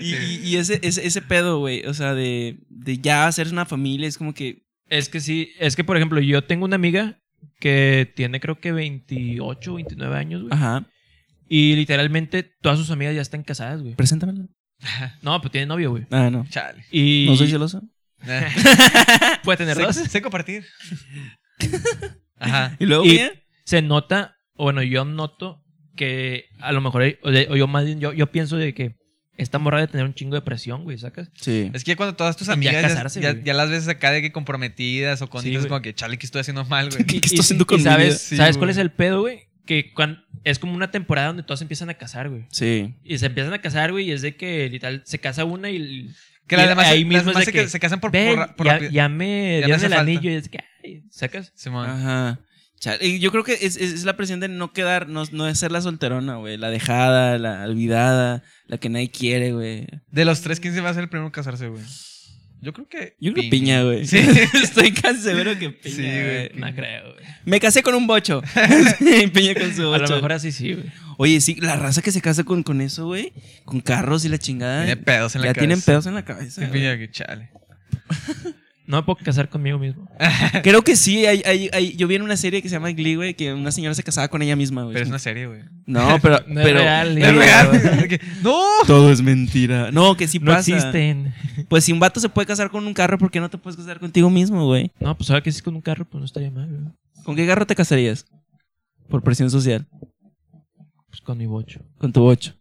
B: Y, y- y ese, ese, ese pedo, güey. O sea, de, de ya hacer una familia. Es como que.
D: es que sí, es que por ejemplo, yo tengo una amiga que tiene creo que 28, 29 años, güey.
B: Ajá.
D: Y literalmente todas sus amigas ya están casadas, güey.
B: Preséntamela.
D: No, pues tiene novio, güey.
B: Ah, no.
C: Chale.
D: Y
B: No soy celoso.
D: puede tener
C: Sé,
D: dos.
C: sé compartir. Ajá.
B: Y luego,
D: Y-
B: güey,
D: Se nota, o bueno, yo noto que a lo mejor, o, de- o yo más bien, yo, yo pienso de que esta morra de tener un chingo de presión, güey, ¿sacas?
B: Sí.
C: Es que ya cuando todas tus
D: Ya
C: amigas ya,
D: casarse,
C: ya-
D: güey.
C: ya las ves acá de que comprometidas o con
D: Sí,
C: hijos,
D: güey.
C: como que chale, que estoy haciendo mal, güey.
B: ¿Qué estoy haciendo con mi
D: sabes,
B: vida?
C: Sí,
D: ¿Sabes
C: güey.
D: cuál es el pedo, güey? que cuan- es como una temporada donde todos se empiezan a casar, güey.
B: Sí.
D: Y se empiezan a casar, güey, y es de que literal se casa una y
C: Que
D: Y
C: las demás,
D: ahí
C: se-
D: mismo
C: las
D: es
C: demás
D: de
C: se,
D: que,
C: se casan por,
D: Ven,
C: por, por
D: ya,
C: rapi-
D: ya me
C: ya me
D: dieron
C: hace
D: el
C: falta.
D: anillo y es que, ay, sacas.
C: Simón.
B: Ajá. Chale, y Yo creo que es, es- es la presión de no quedar, no, no de ser la solterona, güey. La dejada, la olvidada, la que nadie quiere, güey.
C: De los tres, ¿quién se va a ser el primero en casarse, güey? Yo creo que.
B: Yo creo piña, güey.
C: Sí.
B: Estoy casi seguro que piña.
C: Sí,
B: güey.
C: güey.
D: No creo, güey.
B: Me casé con un bocho. Sí, piña con su
D: A lo
B: bocho.
D: mejor así sí, güey.
B: Oye, sí, la raza que se casa con, con eso, güey. Con carros y la chingada.
C: Tiene pedos en la
B: ya
C: cabeza.
B: tienen pedos en la cabeza.
C: Sí,
B: güey.
C: piña, que chale.
D: Pues No me puedo casar conmigo mismo.
B: Creo que sí. Hay, hay- hay- yo vi en una serie que se llama Glee, güey, que una señora se casaba con ella misma, güey.
C: Pero es una serie, güey.
B: No, pero.
D: No es
B: pero
D: real,
B: pero-
D: es real.
C: Que- ¡No!
B: Todo es mentira. No, que sí
D: No
B: pasa.
D: existen.
B: Pues si un vato se puede casar con un carro, ¿por qué no te puedes casar contigo mismo, güey?
D: No, pues ahora que sí con un carro, pues no estaría mal, güey.
B: ¿Con qué carro te casarías? Por presión social.
D: Pues con mi bocho.
B: Con tu bocho.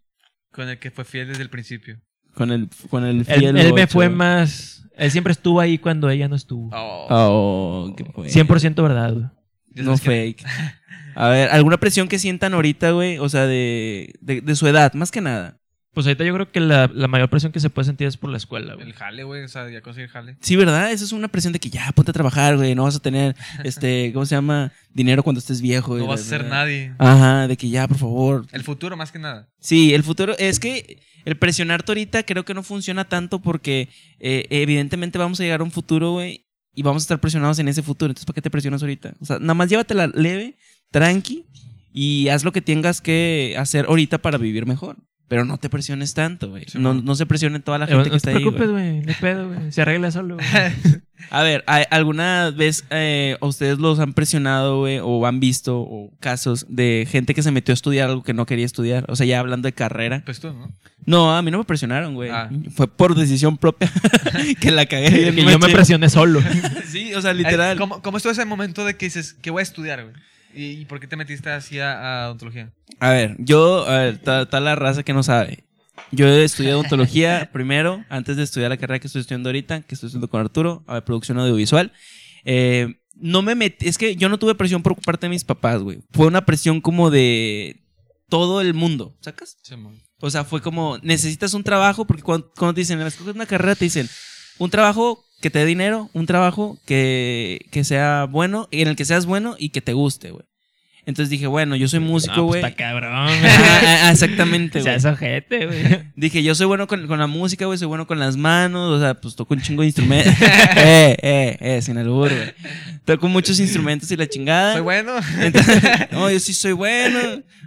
C: Con el que fue fiel desde el principio.
B: Con el, con el
D: Él,
B: fiel
D: él me
B: bocho,
D: fue
B: güey.
D: más. Él siempre estuvo ahí cuando ella no estuvo.
C: Oh.
B: Oh, qué fue.
D: 100% verdad, güey.
C: Ya
B: No
C: sabes que-
B: fake. A ver, ¿alguna presión que sientan ahorita, güey? O sea, de, de, de su edad, más que nada.
D: Pues ahorita yo creo que la, la mayor presión que se puede sentir es por la escuela, güey. Eh,
C: El jale, güey. O sea, ya conseguir jale.
B: Sí, ¿verdad? Eso es una presión de que ya, ponte a trabajar, güey. No vas a tener, este, ¿cómo se llama? Dinero cuando estés viejo. güey,
C: No vas a
B: la
C: ser
B: verdad.
C: nadie.
B: Ajá, de que ya, por favor.
C: El futuro, más que nada.
B: Sí, el futuro es que el presionarte ahorita creo que no funciona tanto porque eh, evidentemente vamos a llegar a un futuro, güey, y vamos a estar presionados en ese futuro. Entonces, ¿para qué te presionas ahorita? O sea, nada más llévatela leve, tranqui, y haz lo que tengas que hacer ahorita para vivir mejor. Pero no te presiones tanto, güey.
C: Sí,
B: no,
C: man.
B: no se presione toda la
D: Eh,
B: gente
D: no
B: que está
D: te
B: ahí.
D: preocupes,
B: güey.
D: güey. No hay pedo, güey. Se arregla solo, güey.
B: A ver, ¿a- ¿alguna vez eh, a ustedes los han presionado, güey, o han visto o casos de gente que se metió a estudiar algo que no quería estudiar? O sea, ya hablando de carrera.
C: Pues tú, ¿no?
B: No, a mí no me presionaron, güey.
C: Ah.
B: Fue por decisión propia que la cagué.
D: que yo me presioné solo.
B: Sí, o sea, literal.
C: Ay, Eh, ¿Cómo, cómo estuvo ese momento de que dices que voy a estudiar, güey? ¿Y, y por qué te metiste así a, a odontología?
B: A ver, yo, a ver, ta- ta la raza que no sabe. Yo estudié odontología primero, antes de estudiar la carrera que estoy estudiando ahorita, que estoy estudiando con Arturo, a ver, producción audiovisual. Eh, no me metí, es que yo no tuve presión por parte de mis papás, güey. Fue una presión como de todo el mundo, ¿sacas? O sea, fue como, necesitas un trabajo, porque cuando, cuando te dicen, escoges una carrera, te dicen, un trabajo que te dé dinero, un trabajo que, que sea bueno, en el que seas bueno y que te guste, güey. Entonces dije, bueno, yo soy
D: Ah,
B: músico, güey.
D: pues está cabrón,
B: Ah,
D: güey.
B: ah, ah, Exactamente,
D: Se
B: güey.
D: hace ojete, güey.
B: Dije, yo soy bueno con, con la música, güey, soy bueno con las manos, o sea, pues toco un chingo de instrumentos. eh, eh, eh, sin albur, güey. Toco muchos instrumentos y la chingada.
C: Soy bueno.
B: Entonces, no, yo sí soy bueno,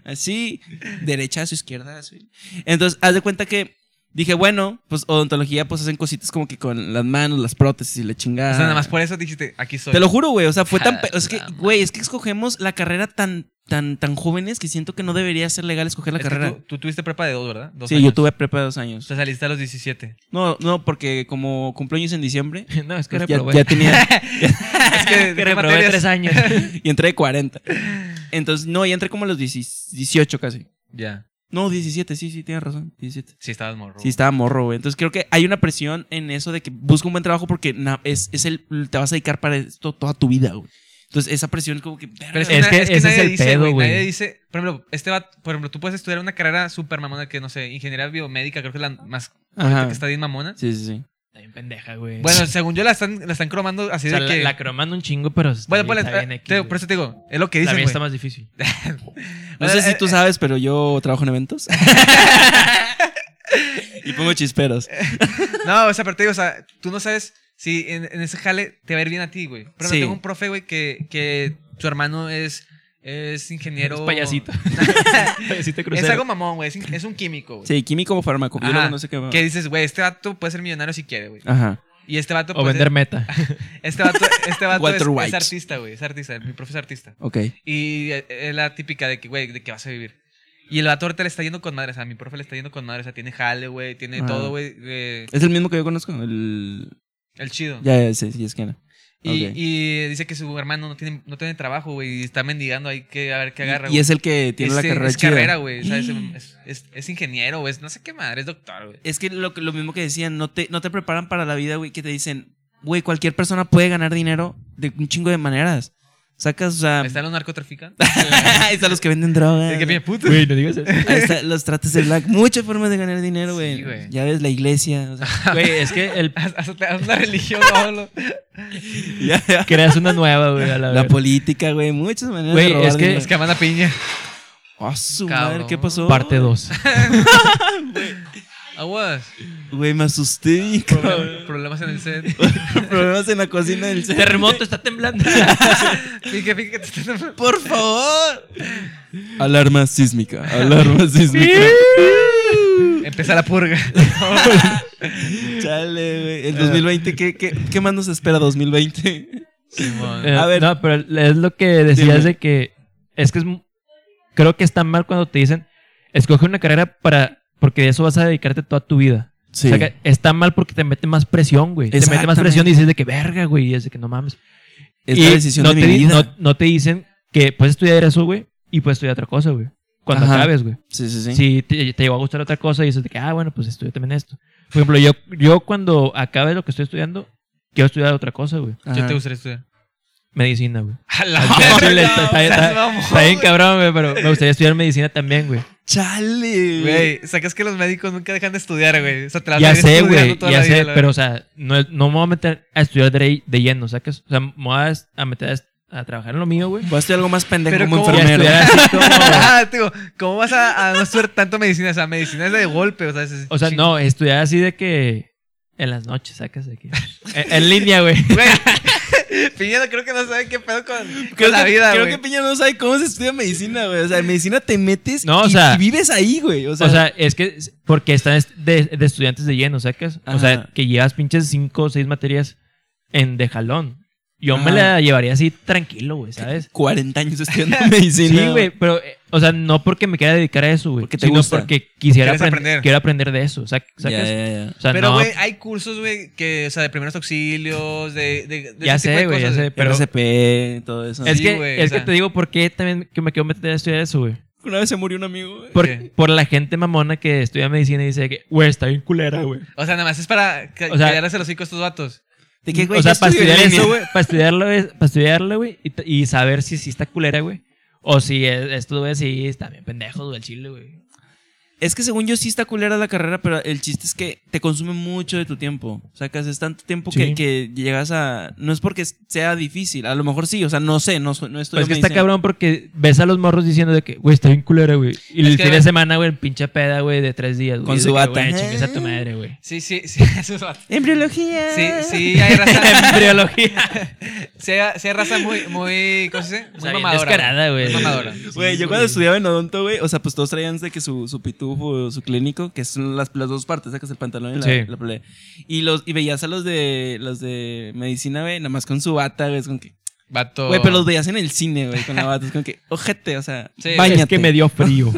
B: así, derechazo, izquierdazo. Entonces, haz de cuenta que dije, bueno, pues odontología, pues hacen cositas como que con las manos, las prótesis y la chingada.
C: O sea, nada más por eso dijiste, aquí soy.
B: Ah. Te lo juro, güey, o sea, fue tan... pe-
D: Ah,
B: Es que,
D: la
B: güey, es que escogemos la carrera tan, tan, tan jóvenes que siento que no debería ser legal escoger la
C: Es que
B: carrera.
C: Este, Tú, tú tuviste prepa de dos, ¿verdad? Dos
B: sí,
C: años.
B: yo tuve prepa de dos
C: O
B: años.
C: sea, saliste a los 17.
B: No, no, porque como cumpleaños en diciembre,
D: No, es que
B: pues
D: era
B: ya,
D: reprobé.
B: ya tenía...
C: Es que,
D: Que
C: ¿qué
D: reprobé
C: materias?
D: tres años.
B: y entré de 40. Entonces, no, ya entré como a los 18 casi.
C: Ya.
B: No, 17, sí, sí, tienes razón, 17.
C: Sí, estabas morro.
B: Sí, estaba morro, güey. Entonces creo que hay una presión en eso de que busca un buen trabajo porque na- es, es el, te vas a dedicar para esto toda tu vida, güey. Entonces esa presión es como que...
C: Pero es,
D: Es
C: que,
D: que
C: na- es que
D: ese es
C: nadie
D: el
C: dice,
D: pedo,
C: güey,
D: güey.
C: Nadie dice, por ejemplo, este va, por ejemplo, tú puedes estudiar una carrera súper mamona que, no sé, ingeniería biomédica, creo que es la más
B: Ajá.
C: que está bien mamona.
B: Sí, sí, sí.
D: Está bien pendeja, güey.
C: Bueno, según yo la están, la están cromando así
D: o sea,
C: de
D: la,
C: que.
D: la croman un chingo, pero está
C: bueno,
D: bien,
C: ponle,
D: está bien
C: eh,
D: aquí,
C: te-
D: güey.
C: por eso te digo, es lo que
D: La
C: dicen.
D: mía
C: güey.
D: está más difícil.
B: No
C: Eh,
B: sé
C: eh,
B: si tú
C: eh.
B: sabes, pero yo trabajo en eventos. y pongo chisperos.
C: No, o sea, pero te digo, o sea, tú no sabes si en, en ese jale te va a ir bien a ti, güey. Pero
B: Sí.
C: tengo un profe, güey, que, que su hermano es, es ingeniero.
D: Es payasito. Payasito
C: es
D: crucero.
C: algo mamón, güey. Es, in- es un químico, güey.
B: Sí, químico o fármaco. Yo
C: Ajá,
B: no sé qué...
C: Que dices, güey, este vato puede ser millonario si quiere, güey.
B: Ajá.
C: Y este vato
D: Ah. O
C: puede
D: vender meta.
C: ser- Este vato, este vato es,
B: Walter
C: es
B: White.
C: artista, güey. Es artista. Mi profe es artista.
B: Ok.
C: Y eh, es la típica de que, güey, de que vas a vivir. Y el vato ahorita le está yendo con madre. O sea, mi profe le está yendo con madre. O sea, tiene jale, güey. Tiene
B: Ajá.
C: todo, güey. eh,
B: Es el mismo que yo conozco. El...
C: el chido.
B: Ya, ya, sí, sí, es que era.
C: Y,
B: Ok.
C: y dice que su hermano no tiene, no tiene trabajo, güey, y está mendigando ahí que a ver qué agarra.
B: Y es el que tiene la carrera
C: Es
B: chida.
C: carrera, güey. o sea, es, es- es- es ingeniero, güey. es No sé qué madre, es doctor, güey.
B: Es que lo, que- lo mismo que decían, no te, no te preparan para la vida, güey, que te dicen, güey, cualquier persona puede ganar dinero de un chingo de maneras. Sacas, o sea.
C: Están los narcotraficantes.
B: Ahí están los que venden droga.
C: El que pide puto.
D: Güey, no digas eso.
B: Ahí está, los trates de black. Muchas formas de ganar dinero, güey.
C: Sí, güey.
B: ya ves la iglesia. o sea,
D: Güey, es que el-
C: Haz, haz- haz una religión, Pablo.
B: ya, ya.
D: creas una nueva, güey, a la,
B: La
D: verga.
B: política, güey. Muchas maneras
D: Güey,
B: de robar
D: es que-
B: dinero.
C: Es que Amanda Piña.
B: Ah, su
C: Cabrón.
B: madre, ¿qué pasó?
D: Parte 2.
C: Aguas.
B: Güey, me asusté. y, cabrón.
C: Problem- problemas en el set.
B: Problemas en la cocina del set.
D: Terremoto está temblando.
C: Fíjate, fíjate. te están-
B: ¡Por favor! Alarma sísmica. Alarma sísmica.
C: Empieza la purga.
B: Chale, güey. El 2020, ¿qué, qué, qué más nos espera 2020?
C: Simón.
D: Eh,
B: A ver.
D: No, pero es lo que decías
B: Dime.
D: de que es que es mu- creo que está mal cuando te dicen escoge una carrera para porque de eso vas a dedicarte toda tu vida.
B: Sí.
D: O sea, que está mal porque te mete más presión, güey. Te mete más
B: Exactamente.
D: presión y dices de que verga, güey, y es de que no mames.
B: es
D: Y
B: la decisión
D: no
B: de
D: te
B: mi
D: di-
B: vida.
D: No, no te dicen que puedes estudiar eso, güey, y puedes estudiar otra cosa, güey. Cuando
B: Ajá.
D: acabes, güey.
B: Sí, sí, sí.
D: Si te, te llegó a gustar otra cosa y dices de que, ah, bueno, pues estudio también esto. Por ejemplo, yo, yo cuando acabe lo que estoy estudiando, quiero estudiar otra cosa, güey.
B: Ajá.
C: Yo te gustaría estudiar.
D: Medicina, güey.
C: A la
D: Horrible, está,
C: verga,
D: está-
C: o sea,
D: está-
C: mamón,
D: está bien cabrón, güey, pero me gustaría estudiar medicina también, güey.
B: Chale, güey.
C: Güey, sacas que los médicos nunca dejan de estudiar, güey. O sea, te la
D: Ya
C: viven
D: sé,
C: estudiando
D: güey,
C: toda
D: ya
C: la vida,
D: sé,
C: la
D: pero,
C: verdad.
D: o sea, no, es- no me voy a meter a estudiar de, de lleno, ¿sacas? O sea, me voy a, a meter a, a trabajar en lo mío, güey.
B: Voy a estudiar algo más pendejo
C: Pero
B: como
C: ¿cómo?
D: Y a
B: enfermero.
D: estudiar así como-
C: Ah, tío, ¿cómo vas a, a no estudiar tanto medicina? O sea, medicina es de golpe, o sea, es- es-
D: o sea, no, estudiar así de que en las noches, ¿sacas? De que, en, en línea, güey.
C: Güey, Piñera creo que no sabe qué pedo con, con
B: Creo
C: la
B: que-
C: vida,
B: Creo
C: güey.
B: que Piña no sabe cómo se estudia medicina, güey. O sea, en medicina te metes
D: No, o
B: y,
D: sea-
B: y vives ahí, güey. O sea,
D: O sea, es que, es- porque están est- de, de estudiantes de lleno, ¿sacas? O sea,
B: Ajá.
D: que llevas pinches cinco o seis materias en de jalón. Yo me
B: Ajá.
D: la llevaría así tranquilo, güey, ¿sabes?
B: 40 años estudiando medicina.
D: Sí, güey, pero, eh, o sea, no porque me quiera dedicar a eso, güey.
B: Porque te
D: sino
B: gusta.
D: porque quisiera
C: Quieres
D: aprend-
C: aprender.
D: Quiero aprender de eso, sac-
B: Ya,
D: ¿sacas?
B: ya, ya.
D: O sea,
C: Pero,
D: no,
C: güey, hay cursos, güey, que, o sea, de primeros auxilios, de. de, de
D: ya
C: ese tipo de
D: sé, güey, ya
C: cosas,
D: sé, pero
B: RCP, todo eso.
D: es
C: Sí,
D: que,
C: güey,
D: es
C: o sea.
D: que te digo por qué también que me quiero meter a estudiar eso, güey.
B: Una vez se murió un amigo, güey.
D: Por,
C: ¿Qué?
D: por la gente mamona que estudia medicina y dice que, güey, está bien culera, güey.
C: O sea, nada más es para ca-
D: O sea-
C: callarse los cinco a estos vatos.
B: ¿De qué, güey?
D: Mm, o sea,
B: Yo
D: para
B: estudié
D: estudiar
B: en
D: eso,
B: línea.
D: güey, para estudiarlo, es- para estudiarlo, güey, y, t- y saber si sí está culera, güey. O si es- esto, güey, sí está bien pendejo, güey, el chile, güey.
B: Es que según yo sí está culera la carrera, pero el chiste es que te consume mucho de tu tiempo. O sea, que haces tanto tiempo
D: Sí.
B: que, que llegas a... No es porque sea difícil, a lo mejor sí, o sea, no sé, no, soy- no estoy...
D: Pues es que está cabrón porque ves a los morros diciendo de que, güey, está bien culera, güey. Y el fin
C: que,
D: de
C: güey,
D: semana, güey, en pinche peda, güey, de tres días, güey.
B: Con
D: de
B: su
D: que,
B: bata.
D: Güey, chingues a tu madre, güey.
C: Sí, sí, sí, esos vatos.
B: Embriología.
C: Sí, sí, hay raza.
D: Embriología.
C: sí, hay- sí hay raza muy, muy. ¿Cómo se dice? Muy
D: O sea, bien
C: mamadora.
D: descarada, güey.
C: Muy mamadora.
B: Güey, yo cuando estudiaba en Odonto, güey, o sea, pues todos traían de que su, su pitufo, su clínico, que son las, las dos partes, sacas el pantalón y la,
D: Sí.
B: la polea. Y, los, y veías a los de, los de medicina, güey, nada más con su bata, güey, es como que...
C: Vato.
B: Güey, pero
D: Oh.
B: los veías en el cine, güey, con la bata, es como que, ojete, o sea,
C: Sí, güey.
B: báñate,
D: Es que me dio frío.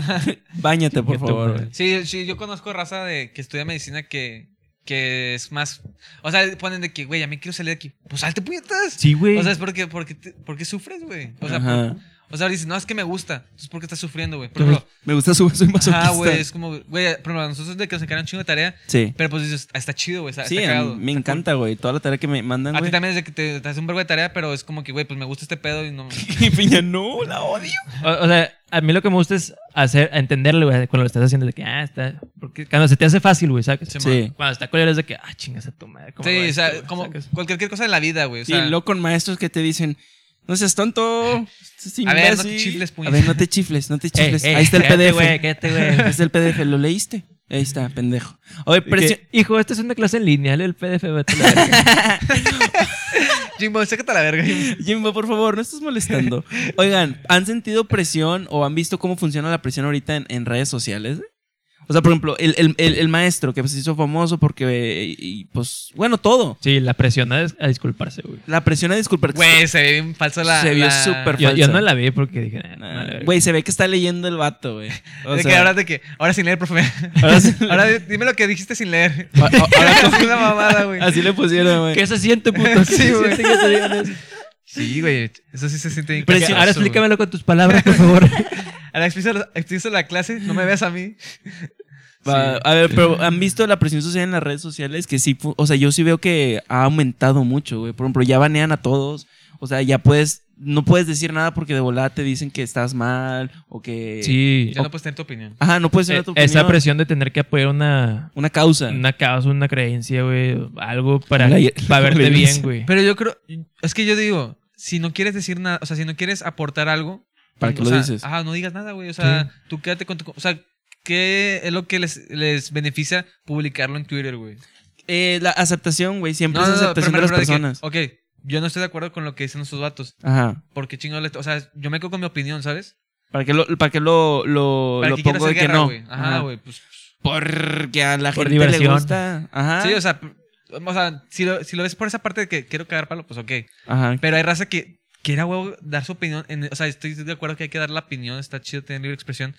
B: báñate, por
D: Yo te-
B: favor, güey.
C: Sí, sí, yo conozco raza de que estudia medicina que, que es más. O sea, ponen de que, güey, a mí quiero salir de aquí. Pues salte puñetas.
D: Sí, güey.
C: O sea, es porque, porque, te- porque sufres, güey. O sea,
B: Ajá.
C: por- o sea, dices, no, es que me gusta. Entonces, ¿por qué estás sufriendo, güey? Por
D: Entonces,
C: ejemplo,
B: Me gusta su soy masoquista.
C: ah, güey, es como, güey, por ejemplo, a nosotros de que nos encargan un chingo de tarea,
B: Sí.
C: pero pues dices, ah, está chido, güey, está,
B: Sí,
C: está
B: a mí
C: cagado.
B: me encanta, güey. Toda la tarea que me mandan,
C: A ti
B: güey.
C: también es de que te, te hace un vergo de tarea, pero es como que, güey, pues me gusta este pedo y no.
B: Y Piña, no, la odio.
D: O, o sea, a mí lo que me gusta es hacer, entenderlo, güey, cuando lo estás haciendo, de que, ah, está. Porque cuando se te hace fácil, güey, ¿sabes?
C: Sí,
B: Sí.
D: Cuando está culero es de que, ah, chingas a tu madre. ¿cómo hago
C: Sí, o
D: esto,
C: sea,
D: güey?
C: como
D: ¿Sacas?
C: cualquier cosa de la vida, güey. O
B: Sí,
C: sea,
B: luego con maestros que te dicen, no seas tonto. estás
C: A ver, no te
B: imbécil".
C: chifles, puñe.
B: A ver, no te chifles, no te
D: Ey,
B: chifles.
D: ey,
B: Ahí está el
D: cállate,
B: PDF.
D: güey, cállate, güey.
B: Ahí está el PDF, ¿lo leíste? Ahí está, pendejo. Oye,
D: Que,
B: presión.
D: Hijo, esta es una clase en línea, lee el PDF, vete a la verga.
C: Jimbo, sácate a la verga.
B: Jimbo, por favor, no estás molestando. Oigan, ¿han sentido presión o han visto cómo funciona la presión ahorita en, en redes sociales? O sea, por ejemplo, el, el- el- el maestro que se hizo famoso porque, eh, y, pues, bueno, todo.
D: Sí, la presión a, a disculparse, güey.
B: La presión a disculpar.
C: Güey, se ve bien falso la.
B: Se vio
C: la-
B: súper
D: Yo, yo
B: Falsa.
D: no la vi porque dije, nah, no, la
B: Nah,
D: verga.
B: Ah, Güey, se ve que está leyendo el vato, güey. O
C: de que
B: sea,
C: ahora de que, ahora sin leer, profe.
D: Ahora sí-
C: Ahora di- dime lo que dijiste sin leer.
B: a- a- ahora
C: es una mamada, güey.
B: así le pusieron, güey.
D: ¿Qué se siente, puto?
C: Sí, güey.
D: ¿Qué se siente que te digan eso?
C: Sí, güey. Eso sí se siente
D: Presión-
C: bien. castroso,
D: Ahora
C: güey.
D: explícamelo con tus palabras, por favor.
C: Ahora explícalo- explícalo la clase, no me veas a mí.
B: Va,
C: Sí.
B: A ver, pero ¿han visto la presión social en las redes sociales? Que sí, fu- o sea, yo sí veo que ha aumentado mucho, güey. Por ejemplo, ya banean a todos. O sea, ya puedes no puedes decir nada porque de volada te dicen que estás mal o que...
D: Sí.
C: Ya no puedes tener tu opinión.
B: Ajá, no puedes
D: Eh,
B: tener tu
D: esa
B: opinión.
D: presión de tener que apoyar una,
B: Una causa.
D: una causa, una creencia, güey, algo para,
B: La-
D: para verte
B: la-
D: bien, güey.
C: Pero yo creo, es que yo digo, si no quieres decir nada, o sea, si no quieres aportar algo,
B: ¿Para
C: o
B: qué lo
C: sea,
B: dices?
C: Ajá, no digas nada, güey. O sea, tú quédate con tu. O sea, ¿qué es lo que les, les beneficia publicarlo en Twitter, güey?
B: Eh, la aceptación, güey, siempre
C: No, no,
B: es
C: no,
B: aceptación
C: pero
B: de
C: me
B: las
C: refiero
B: personas.
C: de que, ok, yo no estoy de acuerdo con lo que dicen esos vatos.
B: Ajá.
C: Porque chingo, le- o sea, yo me quedo con mi opinión, ¿sabes?
B: ¿Para qué lo, para qué lo, lo,
C: Para
B: lo
C: que quieras
B: pongo de que
C: hacer guerra,
B: no?
C: güey. Ajá, güey. Pues,
B: Porque a la
D: Por
B: gente le
D: diversión.
B: gusta. Ajá.
C: Sí, o sea, p- o sea si, lo, si lo ves por esa parte de que quiero cagar palo, pues ok.
B: Ajá.
C: Pero hay raza que quiera, huevo, dar su opinión. en- o sea, estoy de acuerdo que hay que dar la opinión, está chido tener libre expresión.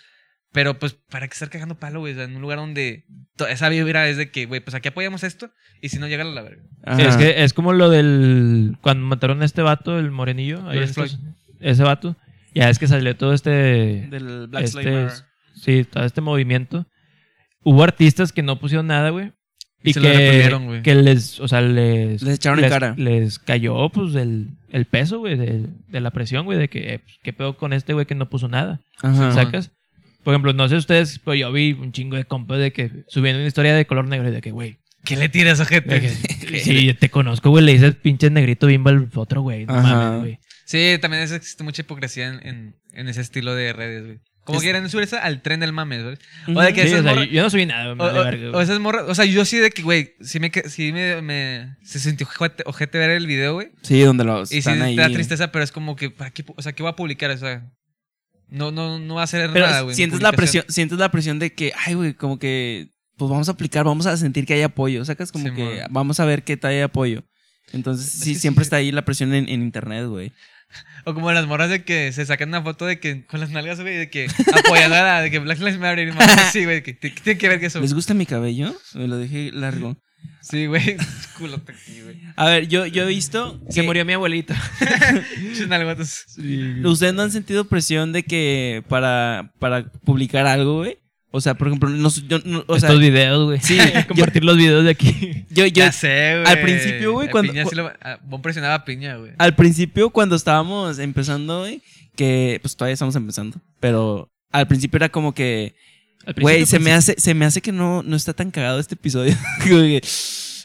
C: Pero pues, ¿para qué estar cagando palo, güey? O sea, en un lugar donde to- esa vibra es de que, güey, pues aquí apoyamos esto y si no, llega a la verga.
B: ajá.
D: Es que es como lo del. Cuando mataron a este vato, el morenillo. ahí en
C: George
D: Estados- Ese vato. Ya es que salió todo este.
B: Del Black
D: este-
B: Lives Matter.
D: Sí, todo este movimiento. Hubo artistas que no pusieron nada, güey.
C: Y
D: Y,
C: se lo reprimieron,
D: que,
C: güey.
D: que les, o sea, les,
B: Les echaron en cara.
D: Les cayó, pues, el, el peso, güey, de, de la presión, güey, de que, eh, pues, ¿qué pedo con este, güey, que no puso nada?
B: Ajá.
D: ¿Sacas? Por ejemplo, no sé ustedes, pero yo vi un chingo de compas de que subiendo una historia de color negro y de que, güey,
C: ¿Qué le tiras a
D: de
C: gente?
D: que, sí, te conozco, güey, le dices pinche negrito bimba al otro, güey, no
B: Ajá.
D: mames, güey.
C: Sí, también es- existe mucha hipocresía en, en- en ese estilo de redes, güey. Como
B: Es-
C: quieren subirse al tren del mame, ¿sabes?
B: Ujú.
C: O de que
D: Sí,
C: esas
D: o sea,
C: morra-
D: yo no subí nada,
C: O,
D: me vale verga,
C: o, o
D: güey.
C: esas morras, o sea, yo sí de que, güey, sí me, que- sí me, me- se sintió ojete, ojete ver el video, güey.
B: Sí, donde los
C: Y sí
B: están ahí.
C: te da tristeza, pero es como que, ¿para qué, pu- o sea, ¿qué voy a publicar? O sea, no, no, no va a hacer
B: Pero
C: nada, güey. mi
B: sientes la
C: publicación.
B: presión, sientes la presión de que, ay, güey, como que, pues vamos a aplicar, vamos a sentir que hay apoyo. Sacas como
C: Sí,
B: que
C: man.
B: vamos a ver qué tal hay apoyo. Entonces, sí,
C: que sí,
B: siempre
C: sí.
B: está ahí la presión en, en internet, güey.
C: O como las morras de que se sacan una foto de que con las nalgas, güey, de que apoyando a la, de que Black Lives Matter y más así, güey, que t- que tiene que ver que eso.
B: ¿Les gusta mi cabello? Me lo dejé largo.
C: Sí, güey, culo aquí, güey.
B: A ver, yo, yo he visto.
D: Se
B: que-
D: murió mi abuelita.
C: Pinches nalgotas.
B: ¿Ustedes no han sentido presión de que para, para publicar algo, güey? O sea, por ejemplo, no, yo, no- o sea,
D: Estos videos, güey.
B: Sí,
D: compartir los videos de aquí.
B: yo, yo,
C: Ya sé, güey.
B: al principio, güey,
C: A
B: cuando-
C: Piña sí lo- a- Bon presionaba a Piña, güey.
B: al principio cuando estábamos empezando, güey, que pues todavía estamos empezando, pero al principio era como que,
D: Al principio,
B: güey, se
D: pues,
B: me hace, se me hace que no, no está tan cagado este episodio. Como que-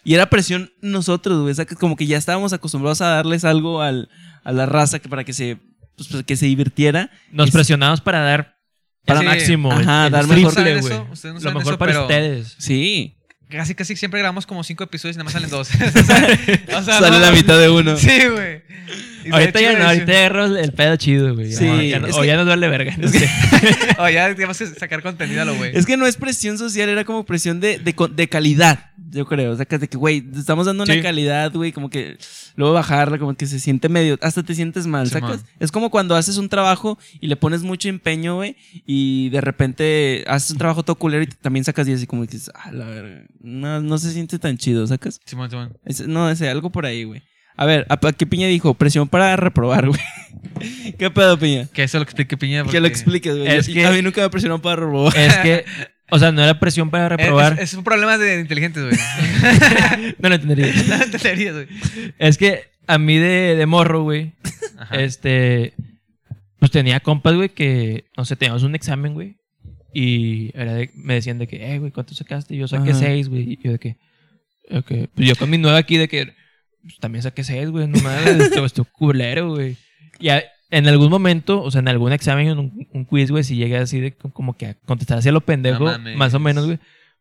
B: y era presión nosotros, güey, o sea, que como que ya estábamos acostumbrados a darles algo al, a la raza que para que se, pues, para que se divirtiera.
D: Nos
B: es-
D: presionamos para dar
C: Para
D: para
C: Sí.
D: máximo.
B: Ajá,
D: el- el
B: dar mejor.
D: triple,
C: ¿Saben eso?
D: güey.
C: Ustedes
D: Lo
C: no saben
D: mejor
C: eso,
D: para
C: pero-
D: ustedes.
B: Sí.
C: Casi, casi siempre grabamos como cinco episodios y nada más salen dos. o sea, o sea,
B: Sale
C: no-
B: la mitad de uno.
C: Sí, güey. Y
D: Ahorita
C: sale
D: ya no,
C: chido,
D: ahorita ya agarramos el pedo chido, güey.
B: Sí,
D: Ajá, ya no-
B: es
D: o
B: que-
D: ya nos duele verga. no sé.
C: chido. O ya tenemos que sacar contenido a lo güey.
B: Es que no es presión social, era como presión de, de, co- de calidad, yo creo. O sea, que, de que, güey, te estamos dando una
D: Sí.
B: calidad, güey, como que luego bajarla, como que se siente medio, hasta te sientes mal,
C: Sí,
B: ¿sacas?
C: man.
B: Es como cuando haces un trabajo y le pones mucho empeño, güey, y de repente haces un trabajo todo culero y te- también sacas 10 y como que dices, ah, la verga, no, no se siente tan chido, ¿sacas?
C: Simón, Simón.
B: Es- no, es algo por ahí, güey. A ver, ¿a, a qué Piña dijo? Presión para reprobar, güey. ¿Qué pedo, Piña?
C: Que eso lo explique Piña.
B: Que lo
C: porque-
B: expliques, güey.
D: Es
B: Yo-
D: que-
B: A mí nunca me presionaron para reprobar.
D: es que, o sea, no era presión para
C: Eh,
D: reprobar.
C: Es, es un problema de inteligentes, güey.
D: No lo entendería.
C: No entenderías, güey.
D: es que a mí de, de morro, güey,
C: Ajá.
D: este, pues tenía compas, güey, que, no sé, teníamos un examen, güey. Y era de- me decían de que, eh, güey, ¿cuánto sacaste? Y yo saqué
B: Ajá.
D: seis, güey. Y yo de que, ok. Pues yo con mi nueva aquí de que, pues también saqué seis, güey, no mames, esto esto culero, güey. Y a- en algún momento, o sea, en algún examen, en un, un quiz, güey, si llegué así de co- como que a contestar así a lo pendejo,
C: mames.
D: más o menos, güey.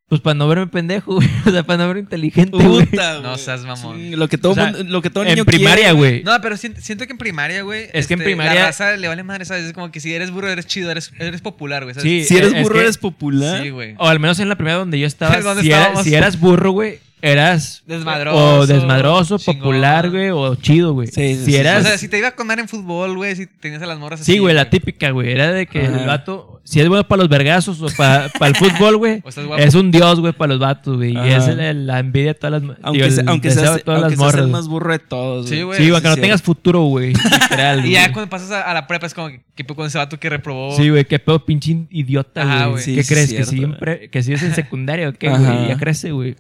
D: Pues para no verme pendejo, güey. O sea, para no verme inteligente, güey.
B: Puta,
C: No
B: Ah, güey.
C: seas mamón.
B: Sí, Lo que todo,
D: O sea,
B: mundo- lo que todo niño
D: En primaria, güey.
C: No, pero sien- siento que en primaria, güey. este,
D: Es que en
C: La
D: primaria-
C: raza le vale madre, ¿sabes? Es como que si eres burro, eres chido, eres, eres popular, güey. ¿sabes?
D: Sí,
B: quiere.
D: Oh,
B: Si eres
D: es
B: burro,
D: que-
B: eres popular.
C: Sí, güey.
D: O al menos en la primera donde yo estaba,
C: ¿Dónde
D: si, era-
C: estábamos?
D: si eras burro, güey, eras
C: Desmadroso,
D: o desmadroso,
C: chingón.
D: popular, güey, o chido, güey.
B: Sí, sí,
D: si
B: sí.
C: O
D: eras
C: sea, si te iba a comer en fútbol, güey, si tenías a las morras así.
D: Sí, güey, la típica, güey, era de que
B: Ajá.
D: el vato si es bueno para los vergazos o para el fútbol, güey,
C: O estás guapo.
D: es un dios, güey, para los vatos, güey, y
B: Ajá.
D: es la, la envidia de todas las
B: Aunque,
D: digo, el
B: se- aunque
D: deseo
B: seas,
D: de todas
B: aunque seas
D: las morras.
B: el
D: güey.
B: más burro de todos.
C: Sí, güey.
D: Sí, güey, aunque no
B: sí.
D: tengas futuro, güey, literal.
C: Y
D: güey.
C: ya cuando pasas a, a la prepa es como que, pues, que con ese vato que reprobó.
D: Sí, güey, qué pedo pinche idiota,
C: Ajá,
D: güey.
C: güey.
B: Sí,
D: ¿Qué
B: sí,
D: crees?
B: cierto,
D: que siempre, que si es en secundaria o qué, güey,
B: Ajá.
D: ya crece, güey.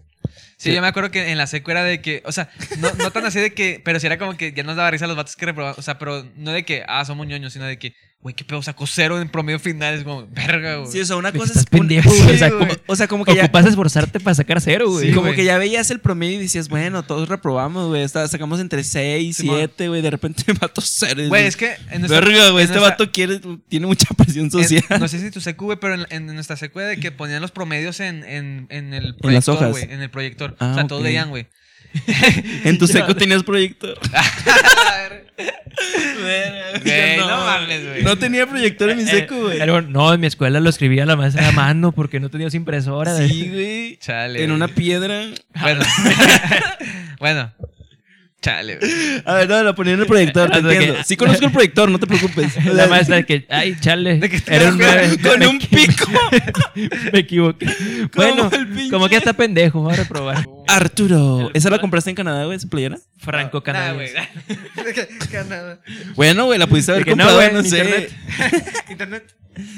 C: Sí, yo me acuerdo que en la secu era de que, o sea, no, no tan así de que, pero si era como que ya nos daba risa a los vatos que reprobaban, o sea, pero no de que, ah, somos ñoños, sino de que, güey, qué pedo, sacó cero en promedio final, es como, verga, güey.
B: Sí, o sea, una
D: Güey,
B: cosa
D: estás
B: es. un-
D: pendejo,
B: Sí,
D: güey, o sea,
B: Pues güey.
D: como-
B: o sea, como que ya.
D: Ocupas esforzarte para sacar cero, güey.
C: Sí,
B: como
C: güey.
B: que ya veías el promedio y decías, bueno, todos reprobamos, güey. está- Sacamos entre 6,
C: Simón.
B: 7, güey. De repente vato cero.
C: Güey, es que en nuestra-
B: Verga, güey.
C: en
B: Este
C: nuestra-
B: vato quiere, tiene mucha presión
C: en-
B: social.
C: no sé si tu secu, güey, pero en, en nuestra secu era de que ponían los promedios en, en, en el proyector,
B: las hojas.
C: güey, en el proyector.
B: Ah,
C: o sea, todos
B: ok.
C: veían, güey.
B: en tu seco tenías proyector.
C: Güey, no mames, güey. Eh,
B: No tenía proyector en mi seco, güey.
D: Era- Eh, no, en mi escuela lo escribía la maestra a mano porque no tenías impresora. de-
B: Sí, güey.
C: Chale.
B: En una
C: güey.
B: piedra.
C: Bueno. bueno. Chale, güey.
B: A ver, no, lo ponía en el proyector, te
D: Ah, ok.
B: entiendo. Sí conozco el proyector, no te preocupes.
D: La maestra de que, ay, chale,
C: De que te
D: era un
C: la
D: nueve.
B: Con
D: Me
B: un
D: equi-
B: pico.
D: Me equivoqué. Bueno,
B: el pinche-
D: como que está pendejo, voy a reprobar.
B: Arturo. ¿Esa la compraste en Canadá, güey, esa playera?
D: Franco
C: Nah,
D: Canadá.
C: güey. De que- que nada.
B: Bueno, güey, la pudiste haber
D: De que no,
B: comprado,
D: güey,
B: no,
D: en
B: sé.
D: internet.
C: Internet.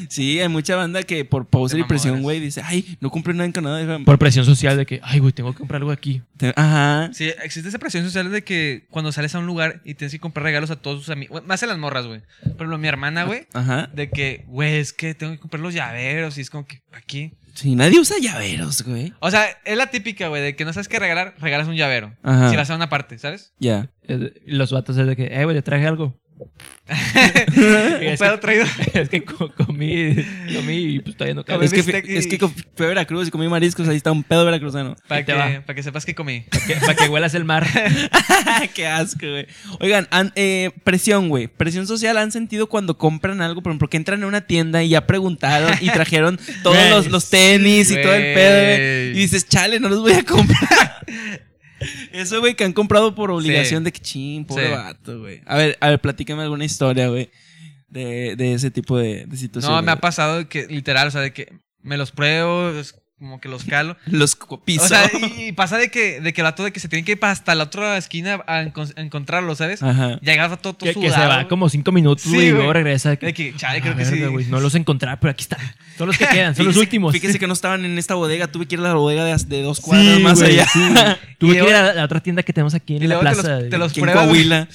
B: Sí, hay mucha banda que por pausa
C: De
B: y presión,
C: mamones.
B: güey, dice, ay, no compré nada en Canadá. déjame-
D: Por presión social de que, ay, güey, tengo que comprar algo aquí.
B: Te- Ajá.
C: Sí, existe esa presión social de que cuando sales a un lugar y tienes que comprar regalos a todos sus amigos. Más a las morras, güey. Por ejemplo, mi hermana, güey.
B: Ajá.
C: De que, güey, es que tengo que comprar los llaveros y es como que, aquí.
B: Sí, nadie usa llaveros, güey.
C: O sea, es la típica, güey, de que no sabes qué regalar, regalas un llavero.
B: Ajá.
C: Si vas a una parte, ¿sabes?
B: Ya.
D: Eh, Los vatos es de que, eh, güey, le traje algo.
C: Un
D: es,
C: pedo traído.
D: que, es que co- comí, comí y pues todavía no
C: Comí
D: cabe.
B: Es que, fui-
C: bistec y-
B: es que co- fui a Veracruz y comí mariscos, ahí está un pedo veracruzano.
C: Para
D: te
C: que,
D: va.
C: para que sepas que comí.
D: Para que, pa' que huelas el mar.
B: Qué asco, güey. Oigan, han- eh, presión, güey. Presión social han sentido cuando compran algo, por ejemplo, que entran a una tienda y ya preguntaron y trajeron todos
D: Güey,
B: los, los tenis y todo el pedo, güey.
C: güey.
B: Y dices, chale, no los voy a comprar. Eso, güey, que han comprado por obligación
C: Sí.
B: de que ching, pobre
C: Sí.
B: vato, güey. A ver, a ver, platícame alguna historia, güey, de, de ese tipo de, de situación.
C: No, me ha
D: eh,
B: güey.
C: pasado que, literal, o sea, de que me los pruebo, es como que los calo.
B: Los pisos.
C: O sea, y, y pasa de que, de que el vato de que se tienen que ir pa- hasta la otra esquina a, encon- a encontrarlo, ¿sabes?
B: Ajá.
C: Llegas a todo, todo
D: Ah. que, que se
C: sudado,
D: va
C: güey.
D: como cinco minutos
C: Sí,
D: güey, y
C: güey.
D: luego regresa. de que,
C: De que, chale,
D: "Ah,
C: creo que sí.
D: verga, güey, no los encontraba, pero aquí están. Son los que quedan, son los
B: Fíjese-
D: últimos.
B: Fíjese que no estaban en esta bodega, tuve que ir a la bodega de, de dos
D: Sí,
B: cuadras más
D: güey,
B: allá.
D: sí. Tuve
C: Y
D: que ir a la- la otra tienda que tenemos aquí
C: y
D: en la
C: luego te los-
D: plaza.
C: te
D: de-
C: los
B: Aquí en
C: pruebas, güey.
B: Coahuila.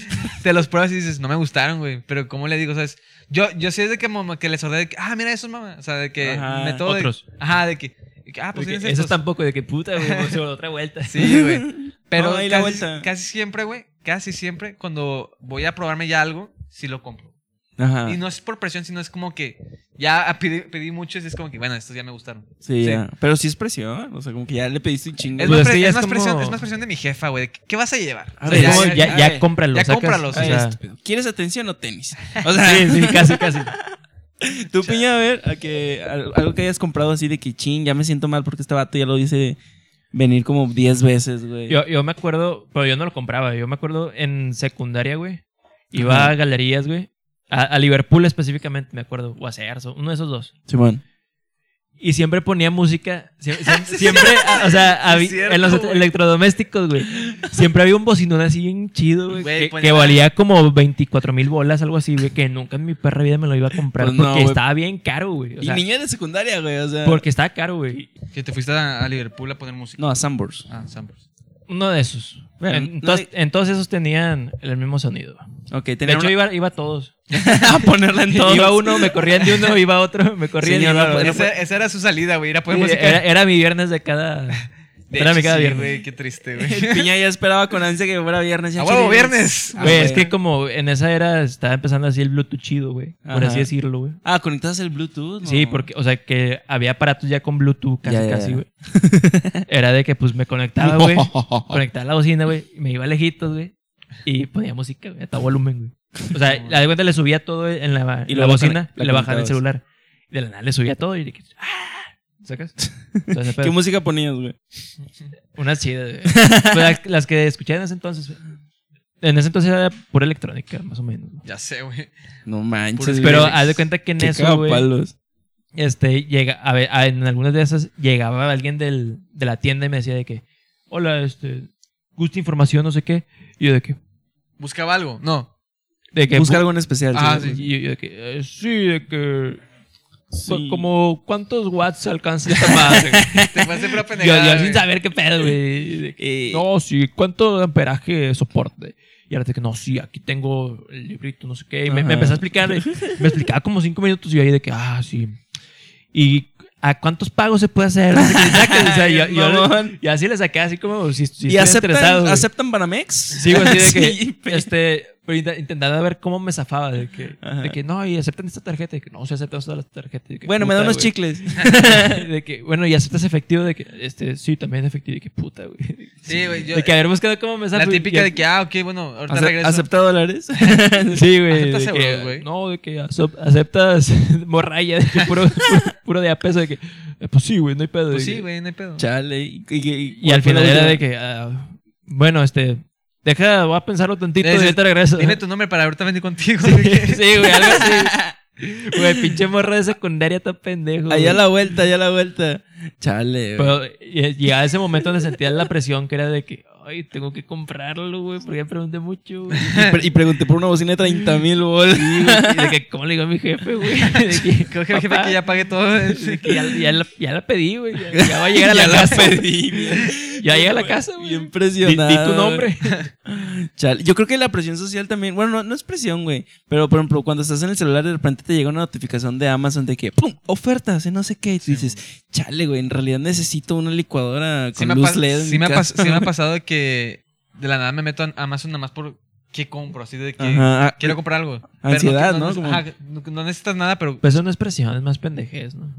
C: Te los pruebas y dices, no me gustaron, güey. Pero ¿cómo le digo? ¿Sabes? Yo, yo sí es de que, como que les ordeno, de que, ah, mira, esos, mamá. O sea, de que
B: Ajá,
C: me todo de-
D: otros.
C: ajá, de que, de que, ah,
D: de
C: pues
D: que
C: tienes
D: esos
C: estos.
D: tampoco, de que puta, güey, vamos a otra vuelta.
C: Sí, güey. Pero
B: No, ahí
C: casi,
B: la vuelta.
C: casi siempre, güey, casi siempre, cuando voy a probarme ya algo, sí lo compro.
D: Ah.
B: Ajá.
C: Y no es por presión, sino es como que ya pedí, pedí muchos y es como que, bueno, estos ya me gustaron.
B: Sí,
C: Sí.
B: ya. pero sí es presión, o sea, como que ya le pediste un chingo.
C: Es,
D: Pues
C: más,
D: es
C: pre-
D: que ya
C: es
D: es
C: más
D: como-
C: presión, es más presión de mi jefa, güey. de que, ¿Qué vas a llevar?
B: A
D: O sea,
C: O
B: ver,
D: ya,
C: sea,
B: ¿cómo-
D: ya,
B: ya,
D: ya cómpralos.
C: ya
D: sacas,
C: cómpralos,
D: o
B: Ay,
D: sea,
B: estúpido. ¿Quieres atención o tenis? O sea,
D: sí, sí, casi, casi.
B: tú piña a ver a que al- algo que hayas comprado así de que chin, ya me siento mal porque este vato ya lo dice venir como 10 veces, güey.
D: Yo, yo me acuerdo, pero yo no lo compraba. Yo me acuerdo en secundaria, güey. Iba a galerías, güey. A, a Liverpool específicamente, me acuerdo. O a Sears, o uno de esos dos.
B: Simón.
D: Y siempre ponía música. sie- sie-
C: Ah,
D: Siempre, a- o sea, habí-
C: cierto,
D: en los
C: güey.
D: electrodomésticos, güey. Siempre había un bocinón así bien chido, güey.
C: Güey,
D: Que,
C: pues,
D: que
C: la-
D: valía como 24 mil bolas, algo así, güey. Que nunca en mi perra vida me lo iba a comprar
B: Pues no,
D: porque
B: güey.
D: estaba bien caro, güey. O sea,
B: y niña de secundaria, güey, o sea.
D: porque estaba caro, güey.
C: Que te fuiste a, a Liverpool a poner música.
B: No, a Sambors.
C: Ah, Sambors.
D: Uno de esos.
B: Bueno,
D: en,
B: no
D: todos-
B: hay-
D: en todos esos tenían el mismo sonido.
B: Ok,
D: De
B: tenía
D: hecho,
B: una-
D: iba, iba a todos.
B: a ponerla en todo.
D: Iba uno, me corrían de uno, iba otro, me corrían
B: Señora,
D: de
B: Bueno,
D: otro.
C: esa, esa era su salida, güey. Ir a poner
D: Sí,
C: música.
D: era, era mi viernes de cada.
C: De
D: era mi
C: hecho,
D: cada
C: sí,
D: viernes.
C: güey, qué triste, güey.
B: El piña ya esperaba con ansia que fuera viernes. ya
C: ¡A huevo,
B: quería-
C: viernes!
B: Ah,
D: Güey, es
B: güey.
D: que como en esa era estaba empezando así el Bluetooth chido, güey. Por
B: Ajá.
D: así decirlo, güey.
B: Ah, conectas el Bluetooth.
D: Sí,
B: No.
D: porque, o sea, que había aparatos ya con Bluetooth casi,
B: Ya, ya,
D: casi,
B: ya.
D: güey. Era de que, pues, me conectaba, güey. Conectaba la bocina, güey. y Me iba lejitos, güey. Y ponía música, güey, a todo volumen, güey. O sea, la de cuenta le subía todo en la,
B: Y
D: en la
B: luego
D: bocina,
B: la
D: le bajaba en el
B: conectabas.
D: celular. Y de la nada le subía todo y dije, ¡ah! ¿Sacas? Entonces, ese pedo.
B: ¿Qué música ponías, güey?
D: Unas chidas, güey. Pues, la- las que escuché en ese entonces. güey. En ese entonces era pura electrónica, más o menos. güey.
C: Ya sé, güey.
B: No
C: Puros
B: manches, güey.
D: Pero haz de cuenta que en
B: Qué
D: eso, güey,
B: cagapalos.
D: este, llega, a ver, a- en algunas de esas llegaba alguien del, de la tienda y me decía de que, hola, este, gusta información, no sé qué. Y yo de que,
C: Buscaba algo. No.
D: de que
B: Busca
D: bu-
B: algo en especial.
C: Ah,
B: sí.
C: sí.
D: Y yo de que, eh, sí, de que
B: Sí.
D: Como, ¿cuántos watts alcanza esta madre? güey?
C: Te vas a hacer pura
D: yo,
C: pendejada.
D: yo
C: güey.
D: sin saber qué pedo, güey. De que,
B: Eh.
D: No, sí, ¿cuánto amperaje soporte? Y ahora te que no, sí, aquí tengo el librito, no sé qué. Y me,
B: Ajá.
D: me empezó a explicar, eh, me explicaba como cinco minutos y yo ahí de que, ah, sí. ¿Y a cuántos pagos se puede hacer? No sé qué, sacas, o sea, yo- yo-
B: Mamón.
D: y así le saqué, así como
B: ¿Y
D: si, si estuviera
B: aceptan,
D: interesado, güey.
B: aceptan Banamex?
D: Sí, güey, así de que.
B: Sí, pe-
D: este, pero int- intentando ver cómo me zafaba. De que,
B: Ajá.
D: de que no, y aceptan esta tarjeta. De que no, se aceptan todas las tarjetas. De que,
B: bueno, me da
D: puta,
B: unos
D: güey.
B: chicles.
D: de que, bueno, y aceptas efectivo. De que, este, sí, también efectivo. De que puta, güey.
C: Sí, güey. yo-
D: De que haber buscado cómo me zafaba.
C: La típica de que, ah, ok, bueno, ahorita
B: Ace-
C: regreso.
B: ¿Acepta dólares?
D: Sí, güey.
C: ¿Aceptas
D: de que,
C: euros, güey?
D: No, de que aso- aceptas morralla. De que puro, puro, puro de a peso. De que, eh, pues sí, güey, no hay pedo. de
C: Pues
D: que-
C: sí, güey, no hay pedo.
B: Chale. Y, y- y-
D: Y al
B: fue la
D: final era
B: última?
D: de que, ah, bueno, este, deja, voy a pensarlo tantito y
C: Le dices,
D: ahorita regreso.
C: Dime tu nombre para ahorita venir contigo.
D: Sí,
C: güey.
D: sí, güey, algo así. Güey, pinche morra de secundaria está pendejo. güey.
B: Allá a la vuelta, allá a la vuelta. Chale. güey.
D: Pero eh, llegaba ese momento donde sentía la presión que era de que, ay, tengo que comprarlo, güey, porque ya pregunté mucho, güey.
B: Y, pre- y pregunté por una bocina de 30 mil bolas.
D: Sí, güey, y de que, ¿cómo le digo a mi jefe, güey? De que,
C: Creo que el jefe
D: "Papá",
C: que ya pague todo.
D: de que ya, ya la, ya la pedí, güey. Ya, ya va a llegar a la casa.
B: pedí. bien-
D: Ya llega a la casa, güey.
B: Bien
D: Di, di
B: presionado.
D: tu nombre.
B: Chale, Yo creo que la presión social también, bueno, no, no es presión, güey, pero por ejemplo, cuando estás en el celular de repente te llega una notificación de Amazon de que, ¡pum! Ofertas en no sé qué, y tú dices, chale, güey, en realidad necesito una licuadora
C: Sí
B: con
C: me, ha
B: luz
C: pas-
B: LED. en
C: sí
B: mi
C: me ha pas-
B: casa".
C: sí me ha pasado de que de la nada me meto a Amazon nada más por qué compro, así de que
B: Ajá, ah,
C: quiero comprar algo.
B: Ansiedad, ¿no?
C: neces-
B: Como-
C: ajá, no- no necesitas nada, pero
D: Pues eso no es presión, es más pendejez, ¿no?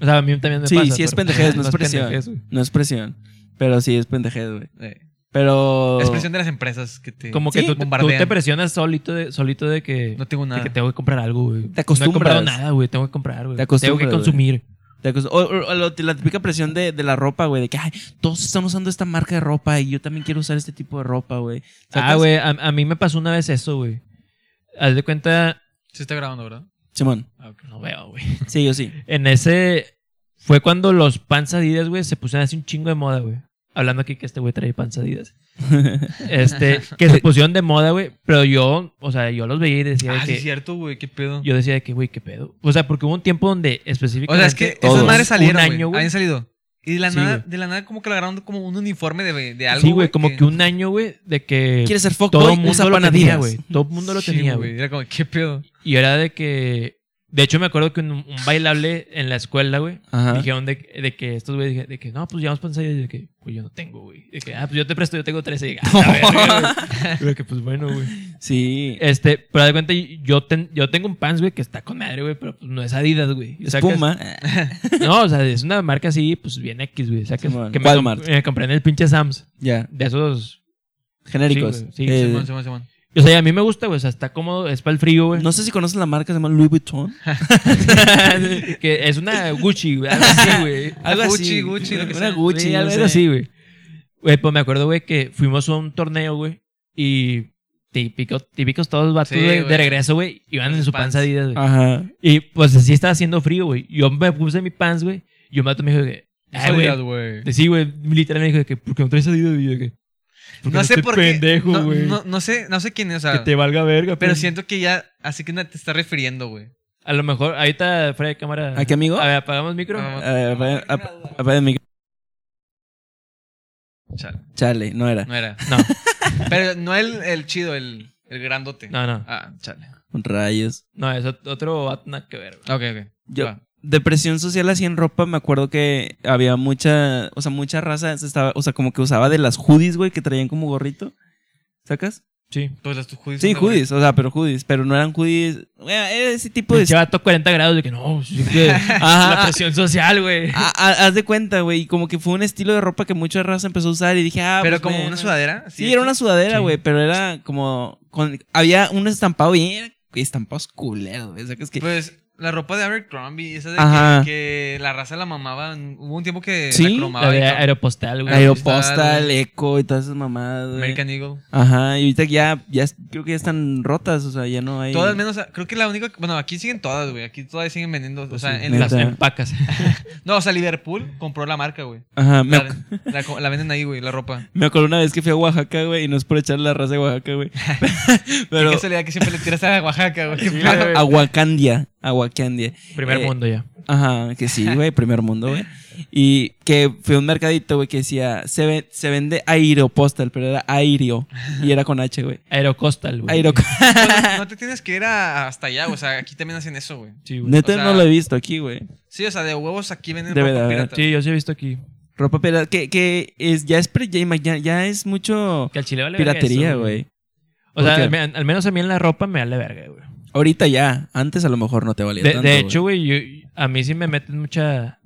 D: O sea, a mí también me
B: Sí,
D: pasa.
B: sí es
D: pero-
B: pendejez, no es
D: más
B: presión.
D: pendejez, güey.
B: No es presión, pero sí es pendejez, güey.
C: eh,
B: Pero...
C: es presión de las empresas que te
D: Como que
C: sí,
D: tú, te- tú
C: bombardean.
D: te presionas solito de, solito de que,
C: No tengo
D: de
C: nada.
D: que tengo que comprar algo, güey.
B: acostumbras.
D: No he comprado nada, güey. Tengo que comprar, güey.
B: Te
D: Tengo
B: acostumbras,
D: que
B: güey.
D: consumir.
B: Te acost- O, o- o lo- la típica presión de, de la ropa, güey, de que, ay, todos están usando esta marca de ropa y yo también quiero usar este tipo de ropa, güey.
D: Ah, güey. A, a mí me pasó una vez eso, güey. Haz de cuenta...
C: Se está grabando, ¿verdad?
B: Simón,
C: Ah, ok.
D: No veo, güey.
B: sí, yo sí.
D: En ese... Fue cuando los panzadidas, güey, se pusieron así un chingo de moda, güey. Hablando aquí que este güey trae panzadidas. Este, que se pusieron de moda, güey. Pero yo, o sea, yo los veía y decía de
C: Ah, sí, es
D: que...
C: cierto, güey, qué pedo.
D: Yo decía de que, güey, qué pedo. O sea, porque hubo un tiempo donde
C: o
D: específicamente...
C: sea, es que
B: todos.
C: esas madres salieron,
D: Un
C: güey.
D: año, güey.
C: Habían salido. Y de la
D: Sí,
C: nada,
D: güey.
C: de la nada como que lo agarraron como un uniforme de, de algo,
D: Sí, güey, como que un año, güey, de que...
B: ¿Quieres ser
D: todo
B: fuckboy?
D: el mundo
B: Usa
D: lo tenía,
B: panadillas.
D: güey. Todo el mundo lo
C: Sí,
D: tenía, güey.
C: Era como, qué pedo.
D: Y era de que. De hecho, me acuerdo que un, un bailable en la escuela, güey.
B: Ajá.
D: Dijeron de, de que estos güeyes dije- de que no, pues llevamos panzadillas. Y de que, pues yo no tengo, güey. De que, ah, pues yo te presto, yo tengo 13. Y dije, "Ah, la verga, güey". Pero que, pues bueno, güey.
B: Sí.
D: Este, pero de cuenta, yo, ten- yo tengo un pants, güey, que está con madre, güey, pero pues no es Adidas, güey. O sea, que es-
B: Espuma.
D: No, o sea, es una marca así, pues bien X, güey. O sea, que,
B: Simón.
D: que me, comp-
B: Walmart.
D: me compré en el pinche Sams.
B: Ya.
D: De esos.
B: Genéricos.
D: Sí, güey, sí,
B: Eh,
C: Simón, Simón, Simón.
D: O sea, y a mí me gusta, güey. O sea, está cómodo, es para el frío, güey.
B: no sé si conoces la marca, se llama Louis Vuitton.
D: que es una Gucci, güey. Algo así, güey.
B: Algo
C: Gucci,
B: así.
C: Gucci, lo que
B: Una
C: sea.
B: Gucci.
D: Sí,
B: no
D: algo
B: sé.
D: así, güey. Güey, pues me acuerdo, güey, que fuimos a un torneo, güey. Y típico, típicos todos los vatos,
C: Sí,
D: güey, de
C: güey.
D: regreso, güey. Iban en su
C: Pants.
D: panza Adidas, güey.
B: Ajá.
D: Y pues así estaba haciendo frío, güey. Yo me puse mi pants, güey. Y un vato me dijo que... Ay, eh, güey.
C: Adidas, güey.
D: Sí, güey. Literalmente me dijo que... ¿Por qué no traes Adidas? Y yo que... "Porque
C: No sé
D: estoy
C: por qué.
D: pendejo,
C: no,
D: güey.
C: no- no sé, no sé quién es, o
D: que
C: sea,
D: te valga verga.
C: pero
D: pues".
C: siento que ya, así que na- te está refiriendo, güey.
D: A lo mejor... Ahorita fuera de cámara...
B: ¿A qué amigo?
D: A ver, apagamos micro.
C: Ah,
B: Eh, apaga- ap- apaga el micro.
C: Chale,
B: Chale, no era.
C: no era.
D: No,
C: Pero no el, el chido, el, el grandote.
D: no, no.
C: Ah, chale.
B: Rayos.
D: No, es ot- otro vato, nada que ver, güey.
C: Ok, ok.
B: Yo,
C: Va.
B: depresión social así en ropa, me acuerdo que había mucha, o sea, mucha raza, se estaba, o sea, como que usaba de las hoodies, güey, que traían como gorrito. ¿Sacas?
D: Sí.
C: Pues las tu hoodies.
B: Sí,
C: son de güey.
B: hoodies, o sea, pero hoodies, pero no eran hoodies. güey, era ese tipo de...
D: Pinche Este vato 40 grados de que no, sí que- la presión social, güey.
B: Ah, ah, haz de cuenta, güey, y como que fue un estilo de ropa que mucha raza empezó a usar y dije, ah,
C: Pero
B: pues,
C: como
B: bueno.
C: una sudadera. así
B: Sí,
C: de
B: era
C: que-
B: una sudadera,
D: Sí.
B: güey, pero era como... con- había un estampado bien... Estampados culeros, güey, ¿sacas que...
C: Pues la ropa de Abercrombie, esa de
B: Ajá.
C: que, que la raza la mamaba. Hubo un tiempo que
B: Sí,
C: la
D: La
C: cromaba. y
D: de
C: todo.
D: Aeropostal, Pues, güey.
B: Aeropostal, Eco y todas esas mamadas, güey.
C: American Eagle.
B: Ajá, y ahorita ya, ya creo que ya están rotas, o sea, ya no hay.
C: Todas menos, creo que la única, bueno, aquí siguen todas, güey, aquí todavía siguen vendiendo,
B: Pues
C: o sea,
D: Sí,
C: en
D: las
C: las,
B: neta.
D: empacas.
C: no, o sea, Liverpool compró la marca, güey,
B: Ajá, Ah, me,
C: la,
B: ac-
C: la co- la venden ahí, güey, la ropa,
B: me acuerdo una vez que fui a Oaxaca, güey, y no es por echar la raza de Oaxaca, güey. Pero
C: qué casualidad que siempre le tiras a Oaxaca, güey, qué
B: a,
C: pedo.
B: a Huacandia. Aguacandia.
D: Primer
B: Eh,
D: mundo ya.
B: Ajá, que sí, güey, primer mundo, güey. Y que fue un mercadito, güey, que decía, se, ve- se vende aeropostal, pero era aéreo. Y era con H, güey.
D: Aerocostal, güey.
B: Aeroco-
C: No, no te tienes que ir a- hasta allá, güey, o sea, aquí también hacen eso, güey.
D: Sí, güey.
B: Neta
C: O sea-
B: no lo he visto aquí, güey.
C: Sí, o sea, de huevos aquí venden
B: Debe de
C: ropa
B: haber,
C: pirata.
D: Sí, yo sí he visto aquí.
B: Ropa pirata, que, que es, ya es pre- ya, ya- ya es mucho
D: Que al chile vale verga
B: piratería,
D: eso,
B: güey.
D: O sea,
B: ¿Por qué?
D: al, me- al menos a mí en la ropa me vale verga, güey.
B: Ahorita ya, antes a lo mejor no te valía
D: De,
B: tanto,
D: de
B: güey.
D: hecho, güey, yo- a mí sí me meten mucha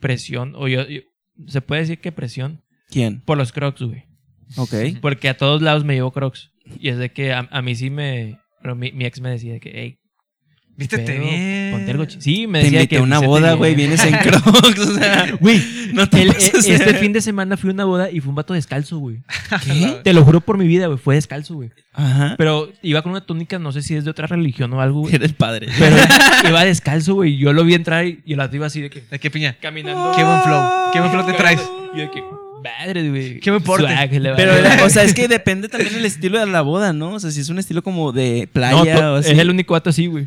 D: presión. O yo, yo- Se puede decir que presión.
B: ¿Quién?
D: Por los crocs, güey.
B: Ok.
D: Porque a todos lados me llevo crocs. Y es de que a, a mí sí me. pero mi, mi ex me decía de que, hey,
C: Vístete
D: pedo,
C: bien.
D: ponte algo chi-". Sí, me
B: Te
D: decía
B: invité
D: que.
B: a una
D: "Vístete
B: boda,
D: bien".
B: güey, vienes en crocs, o sea...
D: Güey,
B: No te
D: el-
B: pases,
D: e-
B: o sea.
D: este fin de semana fui a una boda y fue un vato descalzo, güey.
B: ¿Qué?
D: Te lo juro por mi vida, güey. Fue descalzo, güey.
B: Ajá.
D: Pero iba con una túnica, no sé si es de otra religión o algo, güey.
B: Era el padre.
D: Pero iba descalzo, güey. Yo lo vi entrar y y el vato iba así de que.
C: ¿De qué piña?
D: Caminando.
C: Qué buen flow. Qué buen flow te traes.
D: Y de que. Madre, güey.
C: ¿Qué me importa?
D: Swag, la
B: Pero,
D: verdad.
B: era- o sea, es que depende también el estilo de la boda, ¿no? O sea, si es un estilo como de
D: No,
B: playa
D: to-
B: o así.
D: es el único vato así, güey.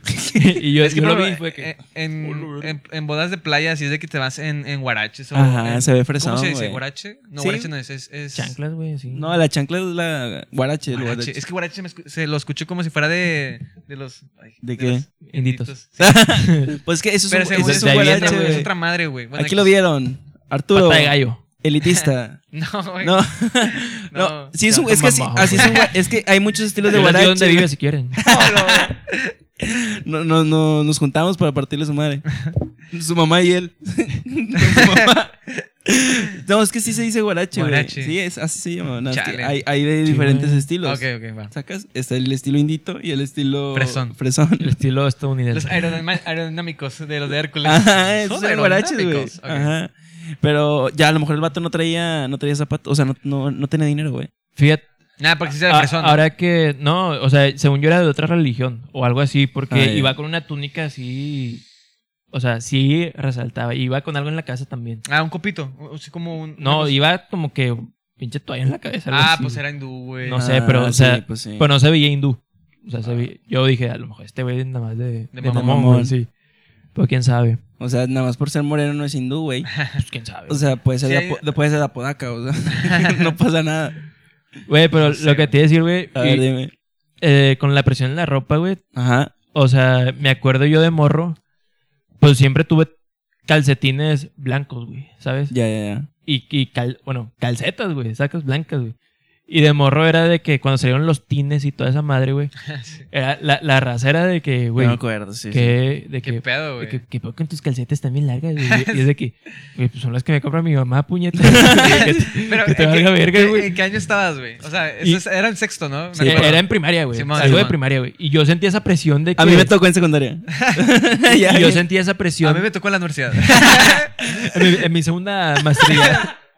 D: y yo,
C: Es que
D: yo lo
C: por
D: vi y
C: ejemplo,
D: fue que.
C: eh,
B: "Oh,
C: en, en, en bodas de playa, así es de que te vas en, en guaraches. o
B: Ajá,
C: en-
B: se ve
C: ¿Cómo
B: fresón,
C: se dice?
B: güey.
C: ¿Guarache? No,
B: Sí.
C: guarache no es. es, es-
D: Chanclas, güey, sí.
B: No, la chancla es la guarache. el
D: Ah,
C: guarache.
B: guarache.
C: Es que guarache se, me escu- se lo escuché como si fuera de, de los. ay,
B: ¿De qué?
C: los
D: Inditos.
C: Sí.
B: Pues es que eso es
C: Pero
B: un,
C: según
B: eso
C: es,
B: es un
D: eso de ahí
B: guarache,
D: viene,
C: otra,
B: güey.
C: es otra madre, güey. Bueno,
B: Aquí lo vieron. Arturo,
D: Pata de gallo.
B: elitista.
C: No, güey.
B: No, no,
C: No,
B: sí es,
D: ya
B: un- es que así,
D: mamá,
B: así es,
D: güey.
B: un gua- es que hay muchos estilos
D: Yo
B: de
D: les
B: guarache.
D: digo dónde vive si quieren.
B: No, no, no, nos juntamos para partirle a su madre. su mamá y él. no, es que sí se dice guarache, güey.
C: Guarache.
B: Sí, es, así se llama. No, es que
C: Chale.
B: hay, hay de
D: Sí,
B: diferentes
D: güey.
B: estilos.
C: Ok, ok, va.
B: ¿Sacas? Está el estilo indito y el estilo...
C: Fresón.
D: El
B: Fresón.
D: estilo estadounidense.
C: Los aerodinam- aerodinámicos de los de Hércules.
B: Ajá,
C: Son
B: esos son guaraches, güey.
C: aerodinámicos, ok.
B: Ajá. Pero ya a lo mejor el vato no traía, no traía zapatos, o sea, no, no, no tenía dinero, güey.
D: Fíjate.
C: Nada, porque sí se
D: a-
C: ve fresón.
D: Ah, ahora que. No, o sea, según yo era de otra religión o algo así, porque
B: Ah, ya.
D: iba con una túnica así. O sea, sí resaltaba. y Iba con algo en la casa también.
C: Ah, un copito. o- o sí, como un. una
D: No,
C: cosa.
D: iba como que pinche toalla en la cabeza. algo
C: pues Ah,
D: así,
C: pues
D: güey.
C: era hindú, güey.
D: No sé, pero, o
B: sí,
D: sea,
B: pues sí.
D: Pero no se veía hindú. O sea, se veía- yo dije, a lo mejor este güey nada más de, de
C: mamón.
D: mamón, güey, sí. Pero quién sabe.
B: O sea, nada más por ser moreno no es hindú, güey.
D: Pues quién sabe.
B: O sea, puede ser,
C: Sí,
B: de
C: hay-
B: Apo- puede ser de Apodaca, o sea, no pasa nada.
D: Güey, pero
C: No sé,
D: lo que te iba a decir, güey,
B: A
D: y,
B: ver, dime.
D: eh, con la presión en la ropa, güey,
B: Ajá.
D: o sea, me acuerdo yo de morro, pues siempre tuve calcetines blancos, güey, ¿sabes?
B: Ya, ya, ya.
D: Y, y cal- bueno, calcetas, güey, sacas blancas, güey. Y de morro era de que cuando salieron los tines y toda esa madre, güey,
C: Sí.
D: era la, la raza era de que, güey,
B: No me acuerdo, sí. sí.
D: que, de
C: Qué
D: que
C: pedo, güey.
D: Que, que con tus calcetas también largas, güey. Y es de que, güey, pues son las que me compra mi mamá, puñeta. que, te-
C: Pero, eh,
D: que te
C: ¿en qué-
D: valga verga,
C: qué-
D: güey.
C: ¿En qué año estabas, güey? O sea, eso
D: Y-
C: es- era en sexto, ¿no? Me
B: Sí,
D: Eh,
C: acuerdo.
D: era en primaria, güey.
C: Simón,
D: Algo de
C: Simón.
D: primaria, güey. Y yo sentía esa presión de que.
B: A mí me tocó en secundaria. Ya,
D: y yo
B: ya.
D: sentía esa
C: A
D: presión
C: mí me tocó en la universidad.
D: en, mi, en mi segunda maestría.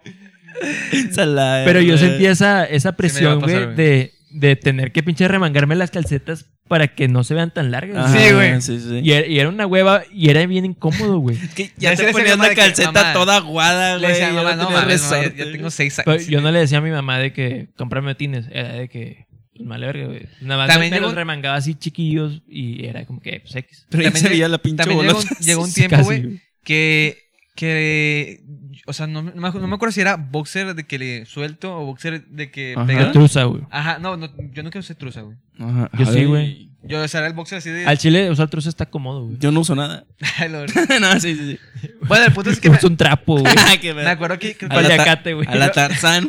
B: Salada,
D: pero yo
B: güey.
D: sentía esa, esa
C: iba a
D: presión,
C: pasar,
D: güey,
C: güey.
D: de, de tener que pinche remangarme las calcetas para que no se vean tan largas.
B: Ajá,
C: Sí, güey.
B: Sí, sí.
D: Y, era, y era una hueva y era bien incómodo, güey.
B: Que ya
C: Ya se
B: te
C: le
B: ponías
C: salió
B: la
C: de que,
B: calceta
C: mamá,
B: toda aguada,
C: Le
B: güey.
C: decía,
B: ya
C: mamá,
B: no
C: no,
B: tenía
C: mames, mamá, ya,
B: resorte,
C: ya
B: güey.
C: tengo seis
D: Pero
C: años.
D: yo no le decía a mi mamá de que comprarme tines. Era de que, pues, mala verga, güey. Nada más me,
C: También
D: me
C: llegó-
D: los remangaba así chiquillos y era como que, pues, X.
B: Pero ya
C: También
B: se
C: llegó-
B: veía la pinche
C: También llegó,
B: bolota.
C: un- llegó un
D: Sí,
C: tiempo,
D: casi,
C: güey, que, que, o sea, no, me- no me acu- no me acuerdo si era boxer de que le suelto o boxer de que
B: Ajá.
D: La
C: pegado.
D: truza, güey.
C: Ajá, no, no, yo nunca usé trusa, güey.
B: Ajá,
D: Yo
B: a
D: sí,
B: ver.
D: güey.
C: Yo, o sea, era el boxer así de...
D: Al chile usar truza está cómodo, güey.
B: Yo no uso nada.
C: Ay, la verdad.
B: no, sí, sí, sí.
C: bueno, el punto es que me,
D: Es un trapo, güey.
B: Qué
C: me
B: ver-
C: acuerdo que creo que
D: Al
B: la ta-
D: yacate, güey.
B: A la Tarzán.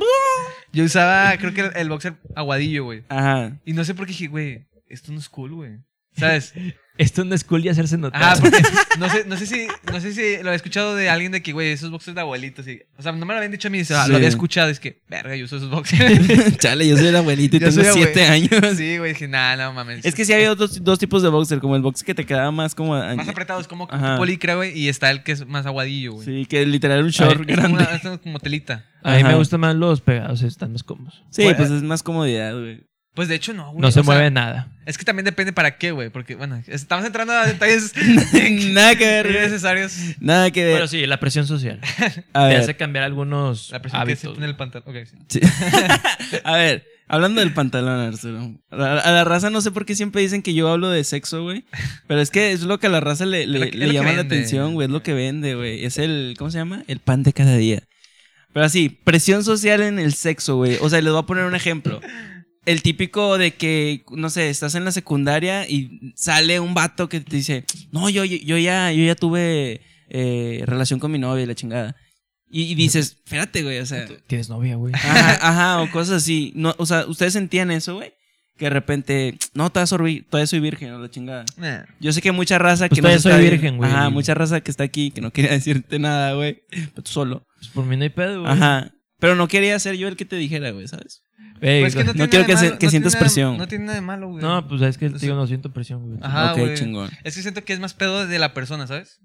C: yo usaba, creo que el, el boxer aguadillo, güey.
B: Ajá.
C: Y no sé por qué dije, güey, esto no es cool, güey. ¿Sabes?
D: Esto no es cool y hacerse
C: Ajá,
D: notar.
C: Ah, porque no sé, no sé si, no sé si lo he escuchado de alguien de que, güey, esos boxers de abuelitos. y- o sea, no me lo habían dicho a mí, o sea,
B: Sí.
C: lo había escuchado, es que, verga, yo uso esos boxers.
B: Chale, yo soy el abuelito y
C: Yo
B: tengo
C: soy abue-
B: siete años.
C: sí, güey, dije, nah, no mames.
B: Es que sí había dos, dos tipos de boxer, como el boxer que te quedaba más como... a-
C: más apretados, como que
B: Ajá.
C: tipo licra, güey, y está el que es más aguadillo, güey.
B: Sí, que literal era un short
D: Ay,
C: Es como,
B: grande.
C: una- es como telita.
D: A mí
B: Ajá.
D: me gustan más los pegados, están más cómodos.
B: Sí,
C: Bueno,
B: pues es más comodidad, güey.
C: Pues de hecho, no, güey.
D: No se
C: o sea,
D: mueve nada.
C: Es que también depende para qué, güey, porque, bueno, estamos entrando a detalles
B: Nada que ver.
C: necesarios.
B: Nada que ver.
D: Pero sí, la presión social.
B: eh, A
D: Te
B: ver,
D: hace cambiar algunos
C: La presión que se
D: hábitos.
C: pone el pantalón. Ok, sí.
B: a ver, Hablando del pantalón, Arturo. A la, a la raza no sé por qué siempre dicen que yo hablo de sexo, güey. Pero es que es lo que a la raza le, le-
C: lo
B: le
C: que- es lo que
B: llama la
C: vende.
B: atención, güey. Es lo que vende, güey. Es el, ¿cómo se llama? El pan de cada día. Pero así, presión social en el sexo, güey. O sea, les voy a poner un ejemplo. El típico de que, no sé, estás en la secundaria y sale un vato que te dice, no, yo, yo, yo ya, yo ya tuve eh, relación con mi novia y la chingada. Y, y dices, espérate, güey, o sea...
D: Tienes novia, güey.
B: Ajá, ajá, o cosas así. No, o sea, ¿ustedes sentían eso, güey? Que de repente, no, todavía soy, todavía soy virgen, o la chingada.
C: Nah.
B: Yo sé que mucha raza
D: Pues
B: que no
D: todavía
B: está
D: soy
B: bien-
D: virgen, güey.
B: Ajá, mucha raza que está aquí que no quería decirte nada, güey. Pero tú solo.
D: Pues por mí no hay pedo, güey.
B: Ajá. Pero no quería ser yo el que te dijera, güey, ¿sabes?
D: Ey,
C: Pues es que
D: no,
B: no quiero
C: tiene nada
B: que
C: de
B: se-
C: malo-
B: que
C: no
B: sientas
C: tiene nada-
B: presión.
C: No tiene nada de malo, güey.
D: pues es que tío, no siento presión, güey.
C: Ajá,
B: ok,
C: güey.
B: chingón.
C: Es que siento que es más pedo de la persona, ¿sabes?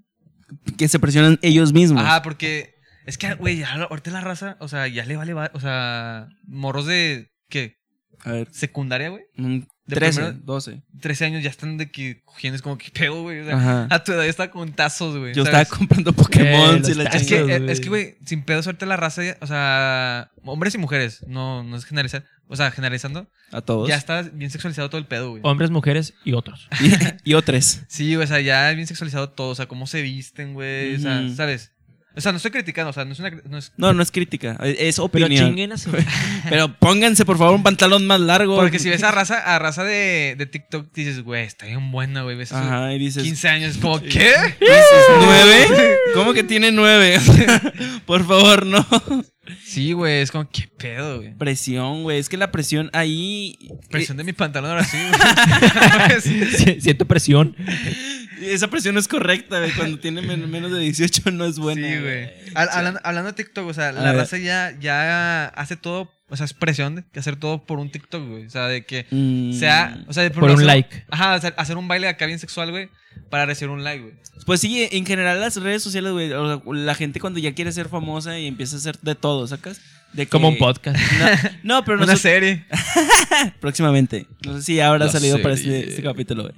B: Que se presionan ellos mismos.
C: Ajá, porque es que, güey, ya la- ahorita la raza, o sea, ya le vale, va- o sea, morros de, ¿qué?
B: A ver,
C: Secundaria, güey.
B: mm,
C: De
B: 13,
C: primero-
B: 12.
C: 13 años ya están de que cogiendo es como que pedo, güey. O sea,
B: Ajá.
C: a tu edad ya está con tazos, güey.
B: Yo
C: ¿sabes?
B: estaba comprando Pokémon
D: los
B: y la
D: tazos,
C: Es que,
B: chingada.
D: güey.
C: eh, es que, güey, sin pedo suerte la raza, ya- o sea, hombres y mujeres, no, no es generalizar, o sea, generalizando,
B: A todos.
C: ya está bien sexualizado todo el pedo, güey.
D: Hombres, mujeres y otros.
B: y otros.
C: Sí, güey, o sea, ya es bien sexualizado todo, o sea, cómo se visten, güey, o sea,
B: Ujú. ¿sabes?
C: ¿sabes? O sea, no estoy criticando, o sea, no es una... No es...
B: No, no es crítica, es
D: Pero
B: opinión.
D: chinguen a su-
B: Pero pónganse, por favor, un pantalón más largo.
C: Porque si ves a raza, a raza de, de TikTok, dices, güey, está bien buena, güey, ves a sus
B: Ajá, y dices.
C: 15 años, como, ¿qué?
B: ¿Nueve? ¿Cómo que tiene nueve? por favor, no.
C: Sí, güey, es como, ¿qué pedo, güey?
B: Presión, güey. Es que la presión ahí.
C: Presión de mi pantalón ahora sí, güey.
D: Si- Siento presión.
B: eh, esa presión no es correcta, güey. Cuando tiene men- menos de 18 no es buena.
C: sí, güey. Al- Hablando, hablando de TikTok, o sea, la
B: ver.
C: raza ya, ya hace todo, o sea, es presión de que hacer todo por un TikTok, güey. O sea, de que
B: Mm.
C: sea, o sea, de
D: Por un
C: hacer-
D: like.
C: Ajá, o sea, hacer un baile acá bien sexual, güey, para recibir un like, güey.
B: Pues sí, en general las redes sociales, güey. o sea, La gente cuando ya quiere ser famosa y empieza a hacer de todo, ¿sacas? De que-
D: Como un podcast.
B: No, pero no
C: Una serie.
B: próximamente. No sé si ya habrá
C: La
B: salido para
C: serie.
B: este, este capítulo, güey.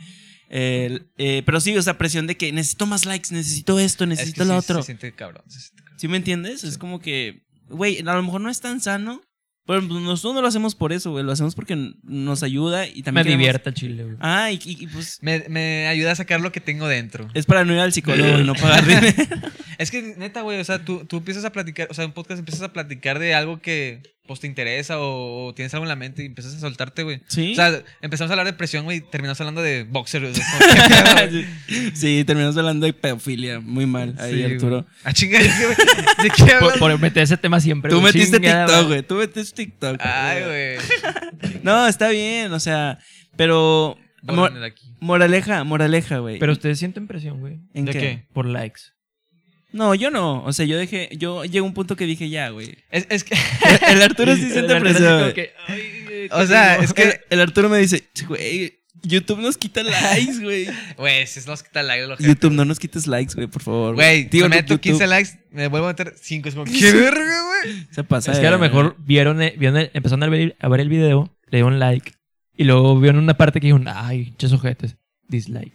B: El- eh, pero sí, o sea, presión de que necesito más likes, necesito esto, necesito
C: Es que
B: lo
C: sí,
B: otro.
C: Se siente cabrón. se siente cabrón.
B: ¿Sí me entiendes? Es como que, güey, a lo mejor no es tan sano, pero pues, nosotros no lo hacemos por eso, güey. Lo hacemos porque n- nos ayuda y
D: Me
B: también. queremos-
D: divierta Chile, güey.
B: Ah, y, y- y, pues
C: Me, me ayuda a sacar lo que tengo dentro.
B: es para no ir al psicólogo y no pagar dinero.
C: Es que, neta, güey, o sea, tú, tú empiezas a platicar, o sea, en podcast empiezas a platicar de algo que, pues, te interesa o, o tienes algo en la mente y empiezas a soltarte, güey.
B: Sí.
C: O sea, empezamos a hablar de presión, güey, y terminamos hablando de boxer. o sea, es como, ¿qué pedo, güey?
B: sí, terminamos hablando de pedofilia. Muy mal ahí,
C: Sí, güey.
B: Arturo.
C: Ah, chinga, ¿de qué, güey? ¿De qué hablas?
D: Por, por meter ese tema siempre.
B: Tú
D: güey.
B: metiste
D: Chingada,
B: TikTok, güey. Tú metiste TikTok.
C: Ay, güey.
B: No, está bien, o sea, pero. mor-
C: Bórrenle de aquí.
B: moraleja, moraleja, güey.
D: Pero ustedes sienten presión, güey.
B: ¿En
C: ¿De
B: qué?
C: qué?
D: Por likes.
B: No, yo no. O sea, yo dejé. Yo llegué a un punto que dije ya, güey.
C: Es, es que,
B: El Arturo sí
D: El
B: siente
D: Arturo así
B: presión.
D: como
B: güey.
D: que, ay, güey,
C: o sea, es
B: El,
C: que,
B: el Arturo me dice, güey, YouTube nos quita likes, güey.
C: güey, si nos quita el aire, lo que.
B: YouTube, no nos quites likes, güey, por favor.
C: Güey,
B: Digo,
C: me meto
B: YouTube
C: 15 likes, me vuelvo a meter 5. Es como, ¿qué verga, güey?
B: Se pasa.
D: Es que a
B: de
D: lo mejor vieron, eh, vieron el- empezaron a ver, a ver el video, le dieron like. Y luego vieron una parte que dijeron, ay, ches ojetes. Dislike.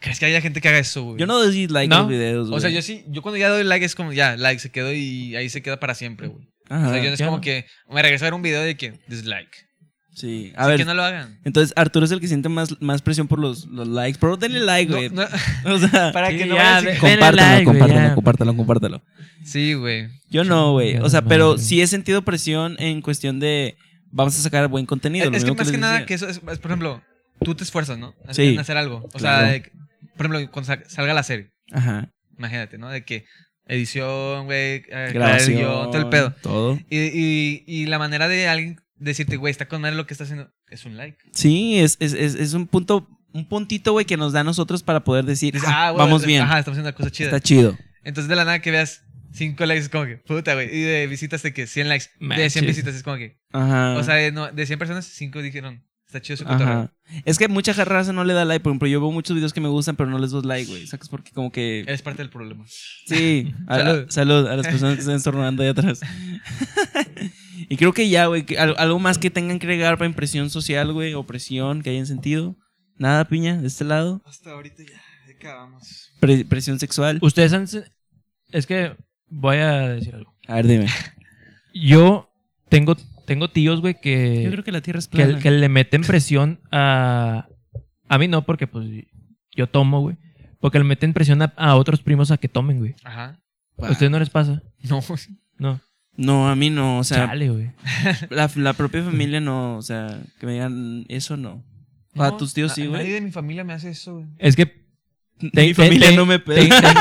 C: ¿Crees que haya gente que haga eso, güey?
B: Yo no doy like
D: ¿No?
B: a los videos, güey.
C: O sea, yo sí, yo cuando ya doy like es como, ya, like, se quedó y ahí se queda para siempre, güey.
B: Ajá,
C: o sea, yo no es
D: ya
C: como
D: no.
C: que me regreso a ver un video de que dislike.
B: Sí. A
C: Así
B: ver.
C: que no lo hagan.
B: Entonces, Arturo es el que siente más, más presión por los, los likes. Pero denle like, güey.
C: No, no-
B: O sea,
C: para
D: Sí,
C: que no
D: ya,
C: vayan
D: ve-
C: sin-
D: denle
B: compártalo,
D: like, güey,
B: compártalo,
D: ya.
B: compártalo, compártalo.
C: Sí, güey.
B: Yo no, güey. O sea,
D: Chingada
B: pero
D: madre.
B: sí he sentido presión en cuestión de vamos a sacar buen contenido. lo
C: Es, es que
B: mismo
C: más que
B: les
C: nada
B: decía.
C: que eso es, es, por ejemplo, tú te esfuerzas, ¿no? En-
B: Sí.
C: En hacer algo. O
B: Claro.
C: sea, de que- por ejemplo, cuando sa- salga la serie,
B: Ajá.
C: imagínate, ¿no? De que edición, güey, eh, crear el
B: Grabación.
C: guión, todo el pedo.
B: Todo.
C: Y, y, y la manera de alguien decirte, güey, está con madre lo que está haciendo, es un like.
B: Sí, es, es, es, es un punto, un puntito, güey, que nos da a nosotros para poder decir,
C: Dices,
B: "Ah,
C: güey,
B: vamos
C: eh,
B: bien,
C: Ajá, estamos haciendo una cosa chida.
B: está chido.
C: Entonces, de la nada que veas 5 likes, es como que, puta, güey. Y de visitas de que 100 likes, de 100
D: Manches.
C: visitas, es como que.
B: Ajá.
C: O sea, de, no, de 100 personas, 5 dijeron, está chido su cotorreo.
B: Ajá. Es que mucha raza no le da like, por ejemplo, yo veo muchos videos que me gustan, pero no les doy like, güey. Sacas porque como que...
C: Es parte del problema.
B: Sí, a, a-
C: Salud.
B: salud a las personas que están estornudando ahí atrás. y creo que ya, güey, que al- algo más que tengan que agregar para impresión social, güey, o presión que hayan sentido. Nada, piña, de este lado.
C: Hasta ahorita ya, acabamos.
B: Pre- presión sexual.
D: Ustedes han... se- Es que voy a decir algo.
B: A ver, dime.
D: Yo tengo, tengo tíos, güey,
B: Yo
D: que,
B: creo que la Tierra es
D: que,
B: plana.
D: que le meten presión a... A mí no, porque pues yo tomo, güey. Porque le meten presión a, a otros primos a que tomen, güey.
C: Ajá.
D: ¿A ustedes no les pasa?
C: No.
D: No.
B: No, a mí no. O sea,
D: Chale, güey.
B: la, la propia familia no. O sea, que me digan eso no. O a Ah, tus
D: Ah,
B: tíos sí, güey.
C: Nadie de mi familia me hace eso, güey.
D: Es que Te-
B: Mi
D: te-
B: familia
D: te-
B: no me
D: te-
B: pega.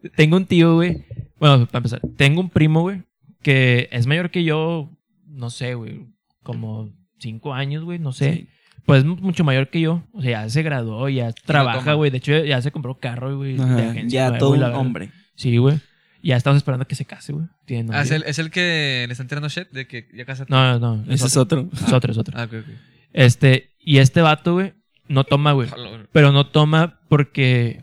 D: te- tengo un tío, güey. Bueno, para empezar, tengo un primo, güey, que es mayor que yo, no sé, güey, como cinco años, güey, no sé.
B: Sí.
D: Pues mu- mucho mayor que yo. O sea, ya se graduó, ya
C: toma.
D: trabaja, güey. De hecho, ya se compró carro, güey. de
B: Ajá,
D: agencia,
B: Ya
D: güey,
B: todo
D: la
B: un
D: verdad.
B: hombre.
D: Sí, güey. Ya estamos esperando que se case, güey. Tiene novia.
C: Ah, es, el, es el que le están tirando shit de que ya casaste.
D: No, no, no. Es
B: Ese es
D: otro,
B: otro.
D: es otro, es otro.
C: Ah, ok, ok.
D: Este, y este vato, güey, no toma, güey.
C: Jalo, güey.
D: pero no toma porque,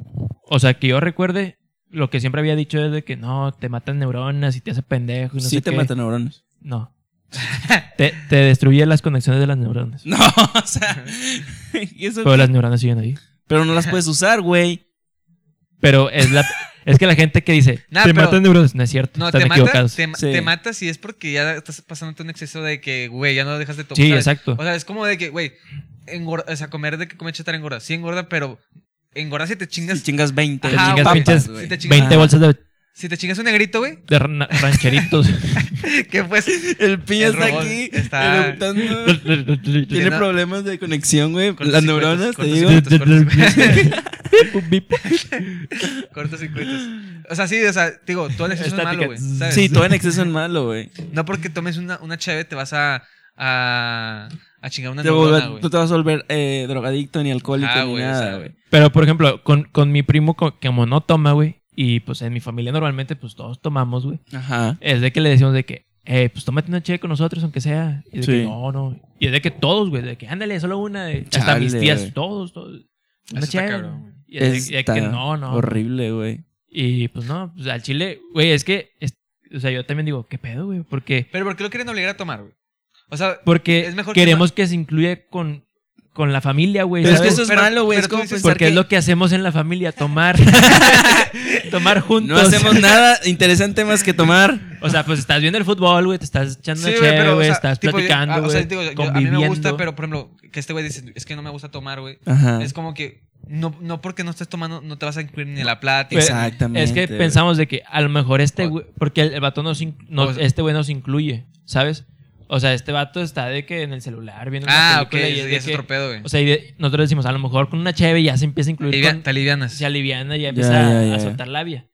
D: o sea, que yo recuerde, lo que siempre había dicho es de que no, te matan neuronas y te hace pendejo y no
B: sí
D: sé
B: te
D: qué.
B: matan neuronas.
D: No. te, te destruye las conexiones de las neuronas.
B: No, o sea. y eso-
D: Pero las neuronas siguen ahí.
B: pero no las puedes usar, güey.
D: Pero es la es que la gente que dice,
C: Nah,
D: te
C: pero-
D: matan neuronas, no es cierto,
C: No,
D: están
C: te mata,
D: equivocados.
C: te, ma-
B: Sí.
C: te mata si es porque ya estás pasándote un exceso de que, güey, ya no dejas de tomar.
D: Sí,
C: ¿sabes?
D: exacto.
C: O sea, es como de que, güey, engorda, o sea, comer de que comer chatarra engorda. Sí engorda, pero engorda si te chingas,
B: Si chingas 20.
C: Ajá,
D: te chingas
C: papas,
D: pinches
C: güey. te chingas-
D: 20
B: Ajá.
D: bolsas de,
C: si te chingas un negrito, güey,
D: de ran- rancheritos.
C: que pues
B: El piña
C: El
B: está
C: robot
B: aquí.
C: está-
B: eructando. Tiene
C: no-
B: problemas de conexión, güey.
C: Cortos
B: Las
C: circuitos,
B: neuronas, te
C: cortos
B: digo.
C: circuitos. cortocircuitos. O sea, sí, o sea, digo, todo el exceso es
D: Estática.
C: malo, güey. ¿sabes?
B: Sí, todo en exceso es malo, güey.
C: No porque tomes una, una cheve te vas a, a, a chingar una
B: Te vuelve-
C: neurona, güey.
B: No te vas a volver eh, drogadicto ni alcohólico
C: Ah,
B: ni
C: güey, o sea,
B: nada, güey.
D: Pero, por ejemplo, con, con mi primo, co- que como no toma, güey, y pues en mi familia normalmente, pues todos tomamos, güey.
B: Ajá.
D: Es de que le decimos de que, eh, pues tómate una cheve con nosotros, aunque sea. Y de que
B: Sí.
D: no, no. Y es de que todos, güey, de que ándale, solo una. de- hasta
B: Chale,
D: mis tías,
B: güey.
D: todos, todos. Una
C: Eso está
D: cheve,
C: cabrón,
D: ¿no?
C: güey.
D: Y es de- de
B: Está
D: que no, no.
B: Horrible, güey.
D: Y pues no, pues al chile, güey, es que, es- o sea, yo también digo, ¿qué pedo, güey? Porque,
C: Pero ¿por qué lo quieren obligar a tomar, güey? O sea,
D: porque
C: Es mejor que
D: queremos que, se incluya con, con la familia, güey.
B: Pero es que
D: ¿sabes?
B: eso es
C: Pero-
B: malo, güey.
C: pero
B: Es
C: tú
B: como
C: dices-
B: pensar
D: porque
B: que
D: es lo que hacemos en la familia, tomar. tomar
B: no
D: juntos.
B: hacemos nada interesante más que tomar.
D: O sea, pues estás viendo el fútbol, güey, te estás echando
C: Sí,
D: una
C: güey,
D: chévere,
C: pero, o
D: güey,
C: sea,
D: estás
C: tipo, yo-
D: platicando,
C: ah,
D: güey,
C: o sea, digo, yo- yo- a mí
D: conviviendo. Ah.
C: me gusta, pero por ejemplo, que este güey dice, es que no me gusta tomar, güey.
B: Ajá.
C: Es como que, no, no porque no estés tomando, no te vas a incluir ni en la plática.
D: Pues,
B: Exactamente.
D: Es que
B: güey.
D: pensamos de que a lo mejor este
C: O-
D: güey, porque el, el vato nos, in- no-
C: O sea-
D: este güey nos incluye, ¿sabes? O sea, este vato está de que en el celular viendo una
C: ah, ok,
D: película y es
C: ese
D: de
C: es
D: que-
C: otro pedo, güey.
D: O sea, y de- nosotros decimos, a lo mejor con una cheve ya se empieza a
C: Te
D: incluir,
C: alivia-
D: con-
C: te alivianas.
D: se aliviana y ya empieza
B: ya,
D: a-
B: ya,
D: a
B: ya.
D: soltar labia.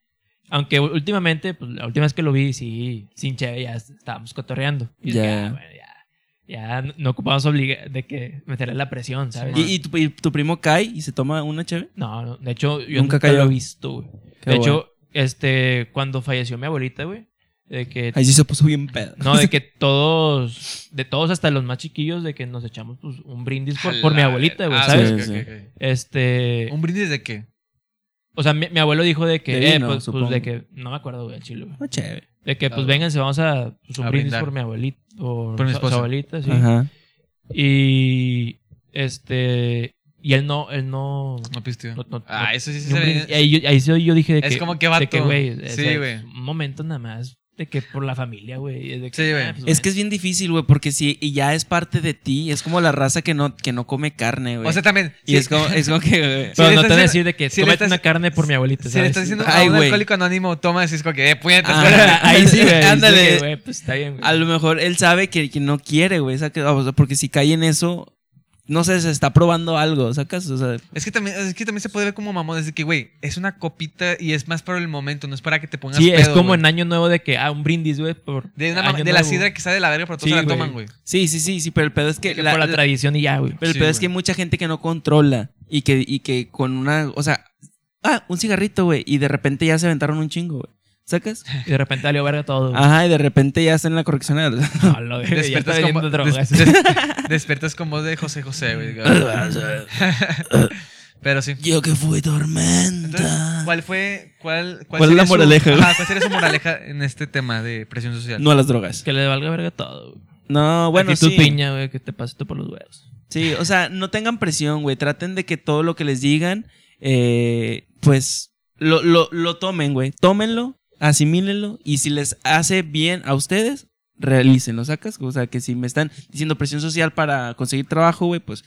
D: Aunque u- últimamente, pues la última vez que lo vi, sí, sin cheve ya estábamos cotorreando. Y es que,
B: Ya.
D: ah, bueno, ya, ya no- no ocupamos obligar de que meterle la presión, ¿sabes?
B: ¿Y, y tu, y tu primo cae y se toma una cheve?
D: No, no, de hecho, yo
B: Nunca
D: nunca,
B: cayó.
D: lo he visto, güey.
B: Qué
D: De
B: bueno.
D: hecho, este, cuando falleció mi abuelita, güey, de que...
B: Ahí sí se puso bien pedo.
D: No, de que todos, de todos hasta los más chiquillos, de que nos echamos pues, un brindis por, por mi
C: Jala,
D: abuelita, güey,
C: ah,
D: ¿sabes?
B: sí.
C: ok, ok, ok.
D: Este,
C: ¿Un brindis de qué?
D: o sea, mi, mi abuelo dijo de que,
B: De
D: eh,
B: vino,
D: pues, pues,
B: supongo.
D: de que, no me acuerdo, güey, el chile, güey.
B: Una cheve.
D: De que, pues,
C: Ah,
D: vénganse, vamos a, pues, un
C: a
D: brindis
C: brindar.
D: por mi abuelita, por,
C: Por mi
D: su- su
C: esposa.
D: abuelita, sí.
B: Ajá.
D: Y, este, y él no, él no,
C: No pisteo.
D: no- no-
C: ah,
D: no-
C: eso sí
D: Y
C: se
D: un
C: ve.
D: brindis- ahí, yo, ahí sí yo dije de
C: Es
D: que.
C: como que vato.
D: de que, güey. o
C: Sí,
D: sea,
C: güey.
D: Un momento nada más. De que por la familia, güey. es de que,
C: Sí, güey.
D: pues,
B: Es
D: bueno.
B: que es bien difícil, güey, porque si y ya es parte de ti, es como la raza que no, que no come carne, güey.
C: O sea, también.
B: y es, como, es como que, güey,
D: Pero
C: si
D: no
C: le estás
D: te voy a
C: haciendo-
D: decir de que
C: si le
D: comete
C: estás-
D: una carne por mi abuelita.
C: si le
D: ¿sabes?
C: estás diciendo
B: Ay,
C: a un
B: güey.
C: alcohólico anónimo, toma, así es como que, eh, puñetas,
B: Ah,
C: güey.
D: Ah, Ahí sí, güey. es de
B: Ándale.
D: que, güey, pues está bien, güey.
B: a lo mejor él sabe que, que no quiere, güey, saca- o sea, porque si cae en eso, no sé, se está probando algo, ¿sacas? O sea,
C: Es que también, es que también se puede ver como mamón, desde que, güey, es una copita y es más para el momento, no es para que te pongas
D: Sí, es
C: pedo,
D: como
C: güey.
D: en Año Nuevo de que, ah, un brindis, güey, por.
C: de, una
D: Año
C: mam- de la
D: Nuevo.
C: sidra que está de la verga, pero todos
D: Sí,
C: se la
D: güey.
C: toman, güey.
B: sí, sí, sí, sí, pero el pedo es que...
D: Que por la
B: la-
D: tradición y ya, güey.
B: Pero el
C: Sí,
B: pedo es
C: güey.
B: que hay mucha gente que no controla y que, y que con una, o sea, ah, un cigarrito, güey, y de repente ya se aventaron un chingo, güey. ¿Sacas?
D: Y de repente valió verga todo. güey.
B: Ajá, y de repente ya están en la corrección. de-
D: No, lo güey, ya está
C: Despertas
D: vendiendo
C: como,
D: drogas.
C: des- des- despiertas con voz de José José, güey. Pero sí.
B: Yo que fui
C: Entonces,
B: tormenta.
C: ¿cuál fue, cuál, cuál,
B: ¿Cuál es
C: sería
B: la
C: su-
B: moraleja, güey?
C: Ajá, ¿Cuál sería su moraleja en este tema de presión social?
B: No a las drogas.
D: Que le valga verga todo, güey.
B: No, bueno,
D: Actitud
B: sí.
D: piña, güey, que te pase tú por los huevos.
B: Sí, o sea, no tengan presión, güey. Traten de que todo lo que les digan, eh, pues, lo, lo, lo tomen, güey. Tómenlo, asimílenlo. Y si les hace bien a ustedes, realicen, ¿lo sacas? O sea, que si me están diciendo presión social para conseguir trabajo, güey, pues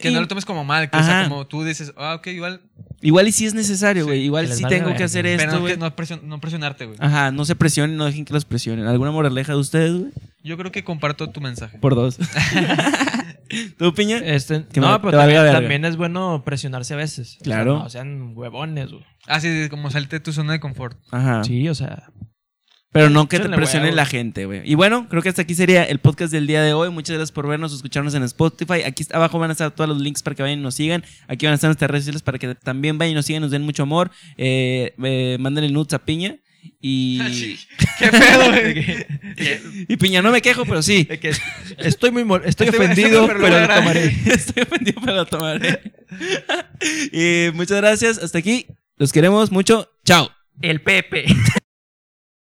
C: Que no
B: Y-
C: lo tomes como mal, que o sea,
B: Ajá.
C: como tú dices, ah, ok, igual,
B: igual y si es necesario, güey, igual
D: que les
B: si
D: valga
B: tengo que
D: verga.
B: hacer
C: pero
B: esto,
C: no,
B: güey.
C: que- no presion- no presionarte, güey.
B: Ajá, no se presionen, no dejen que los presionen. ¿Alguna moraleja de ustedes, güey?
C: Yo creo que comparto tu mensaje.
B: Por dos. ¿Tú, Piña?
C: Eh,
D: Este,
B: Que
D: no,
B: me- te valga
D: pero también,
B: verga.
D: también es bueno presionarse a veces. O sea,
B: Claro.
D: no sean huevones, güey.
C: Ah, sí, sí, como salte de tu zona de confort.
B: Ajá.
D: Sí, o sea.
B: Pero no que te
D: Échale
B: presione
D: huevos.
B: la gente, güey. Y bueno, creo que hasta aquí sería el podcast del día de hoy. Muchas gracias por vernos, escucharnos en Spotify. Aquí abajo van a estar todos los links para que vayan y nos sigan. Aquí van a estar nuestras redes sociales para que también vayan y nos sigan, nos den mucho amor. Eh, eh, mándenle nudes a Piña. Y,
C: ¿Qué pedo, güey?
B: y Piña, no me quejo, pero sí.
D: Estoy muy mol- estoy
C: Estoy-
D: ofendido, pero,
C: pero lo voy a
D: lo
C: agarrar.
D: tomaré.
B: Estoy ofendido, pero lo tomaré. Eh, y muchas gracias. Hasta aquí. Los queremos mucho. Chao.
D: El Pepe.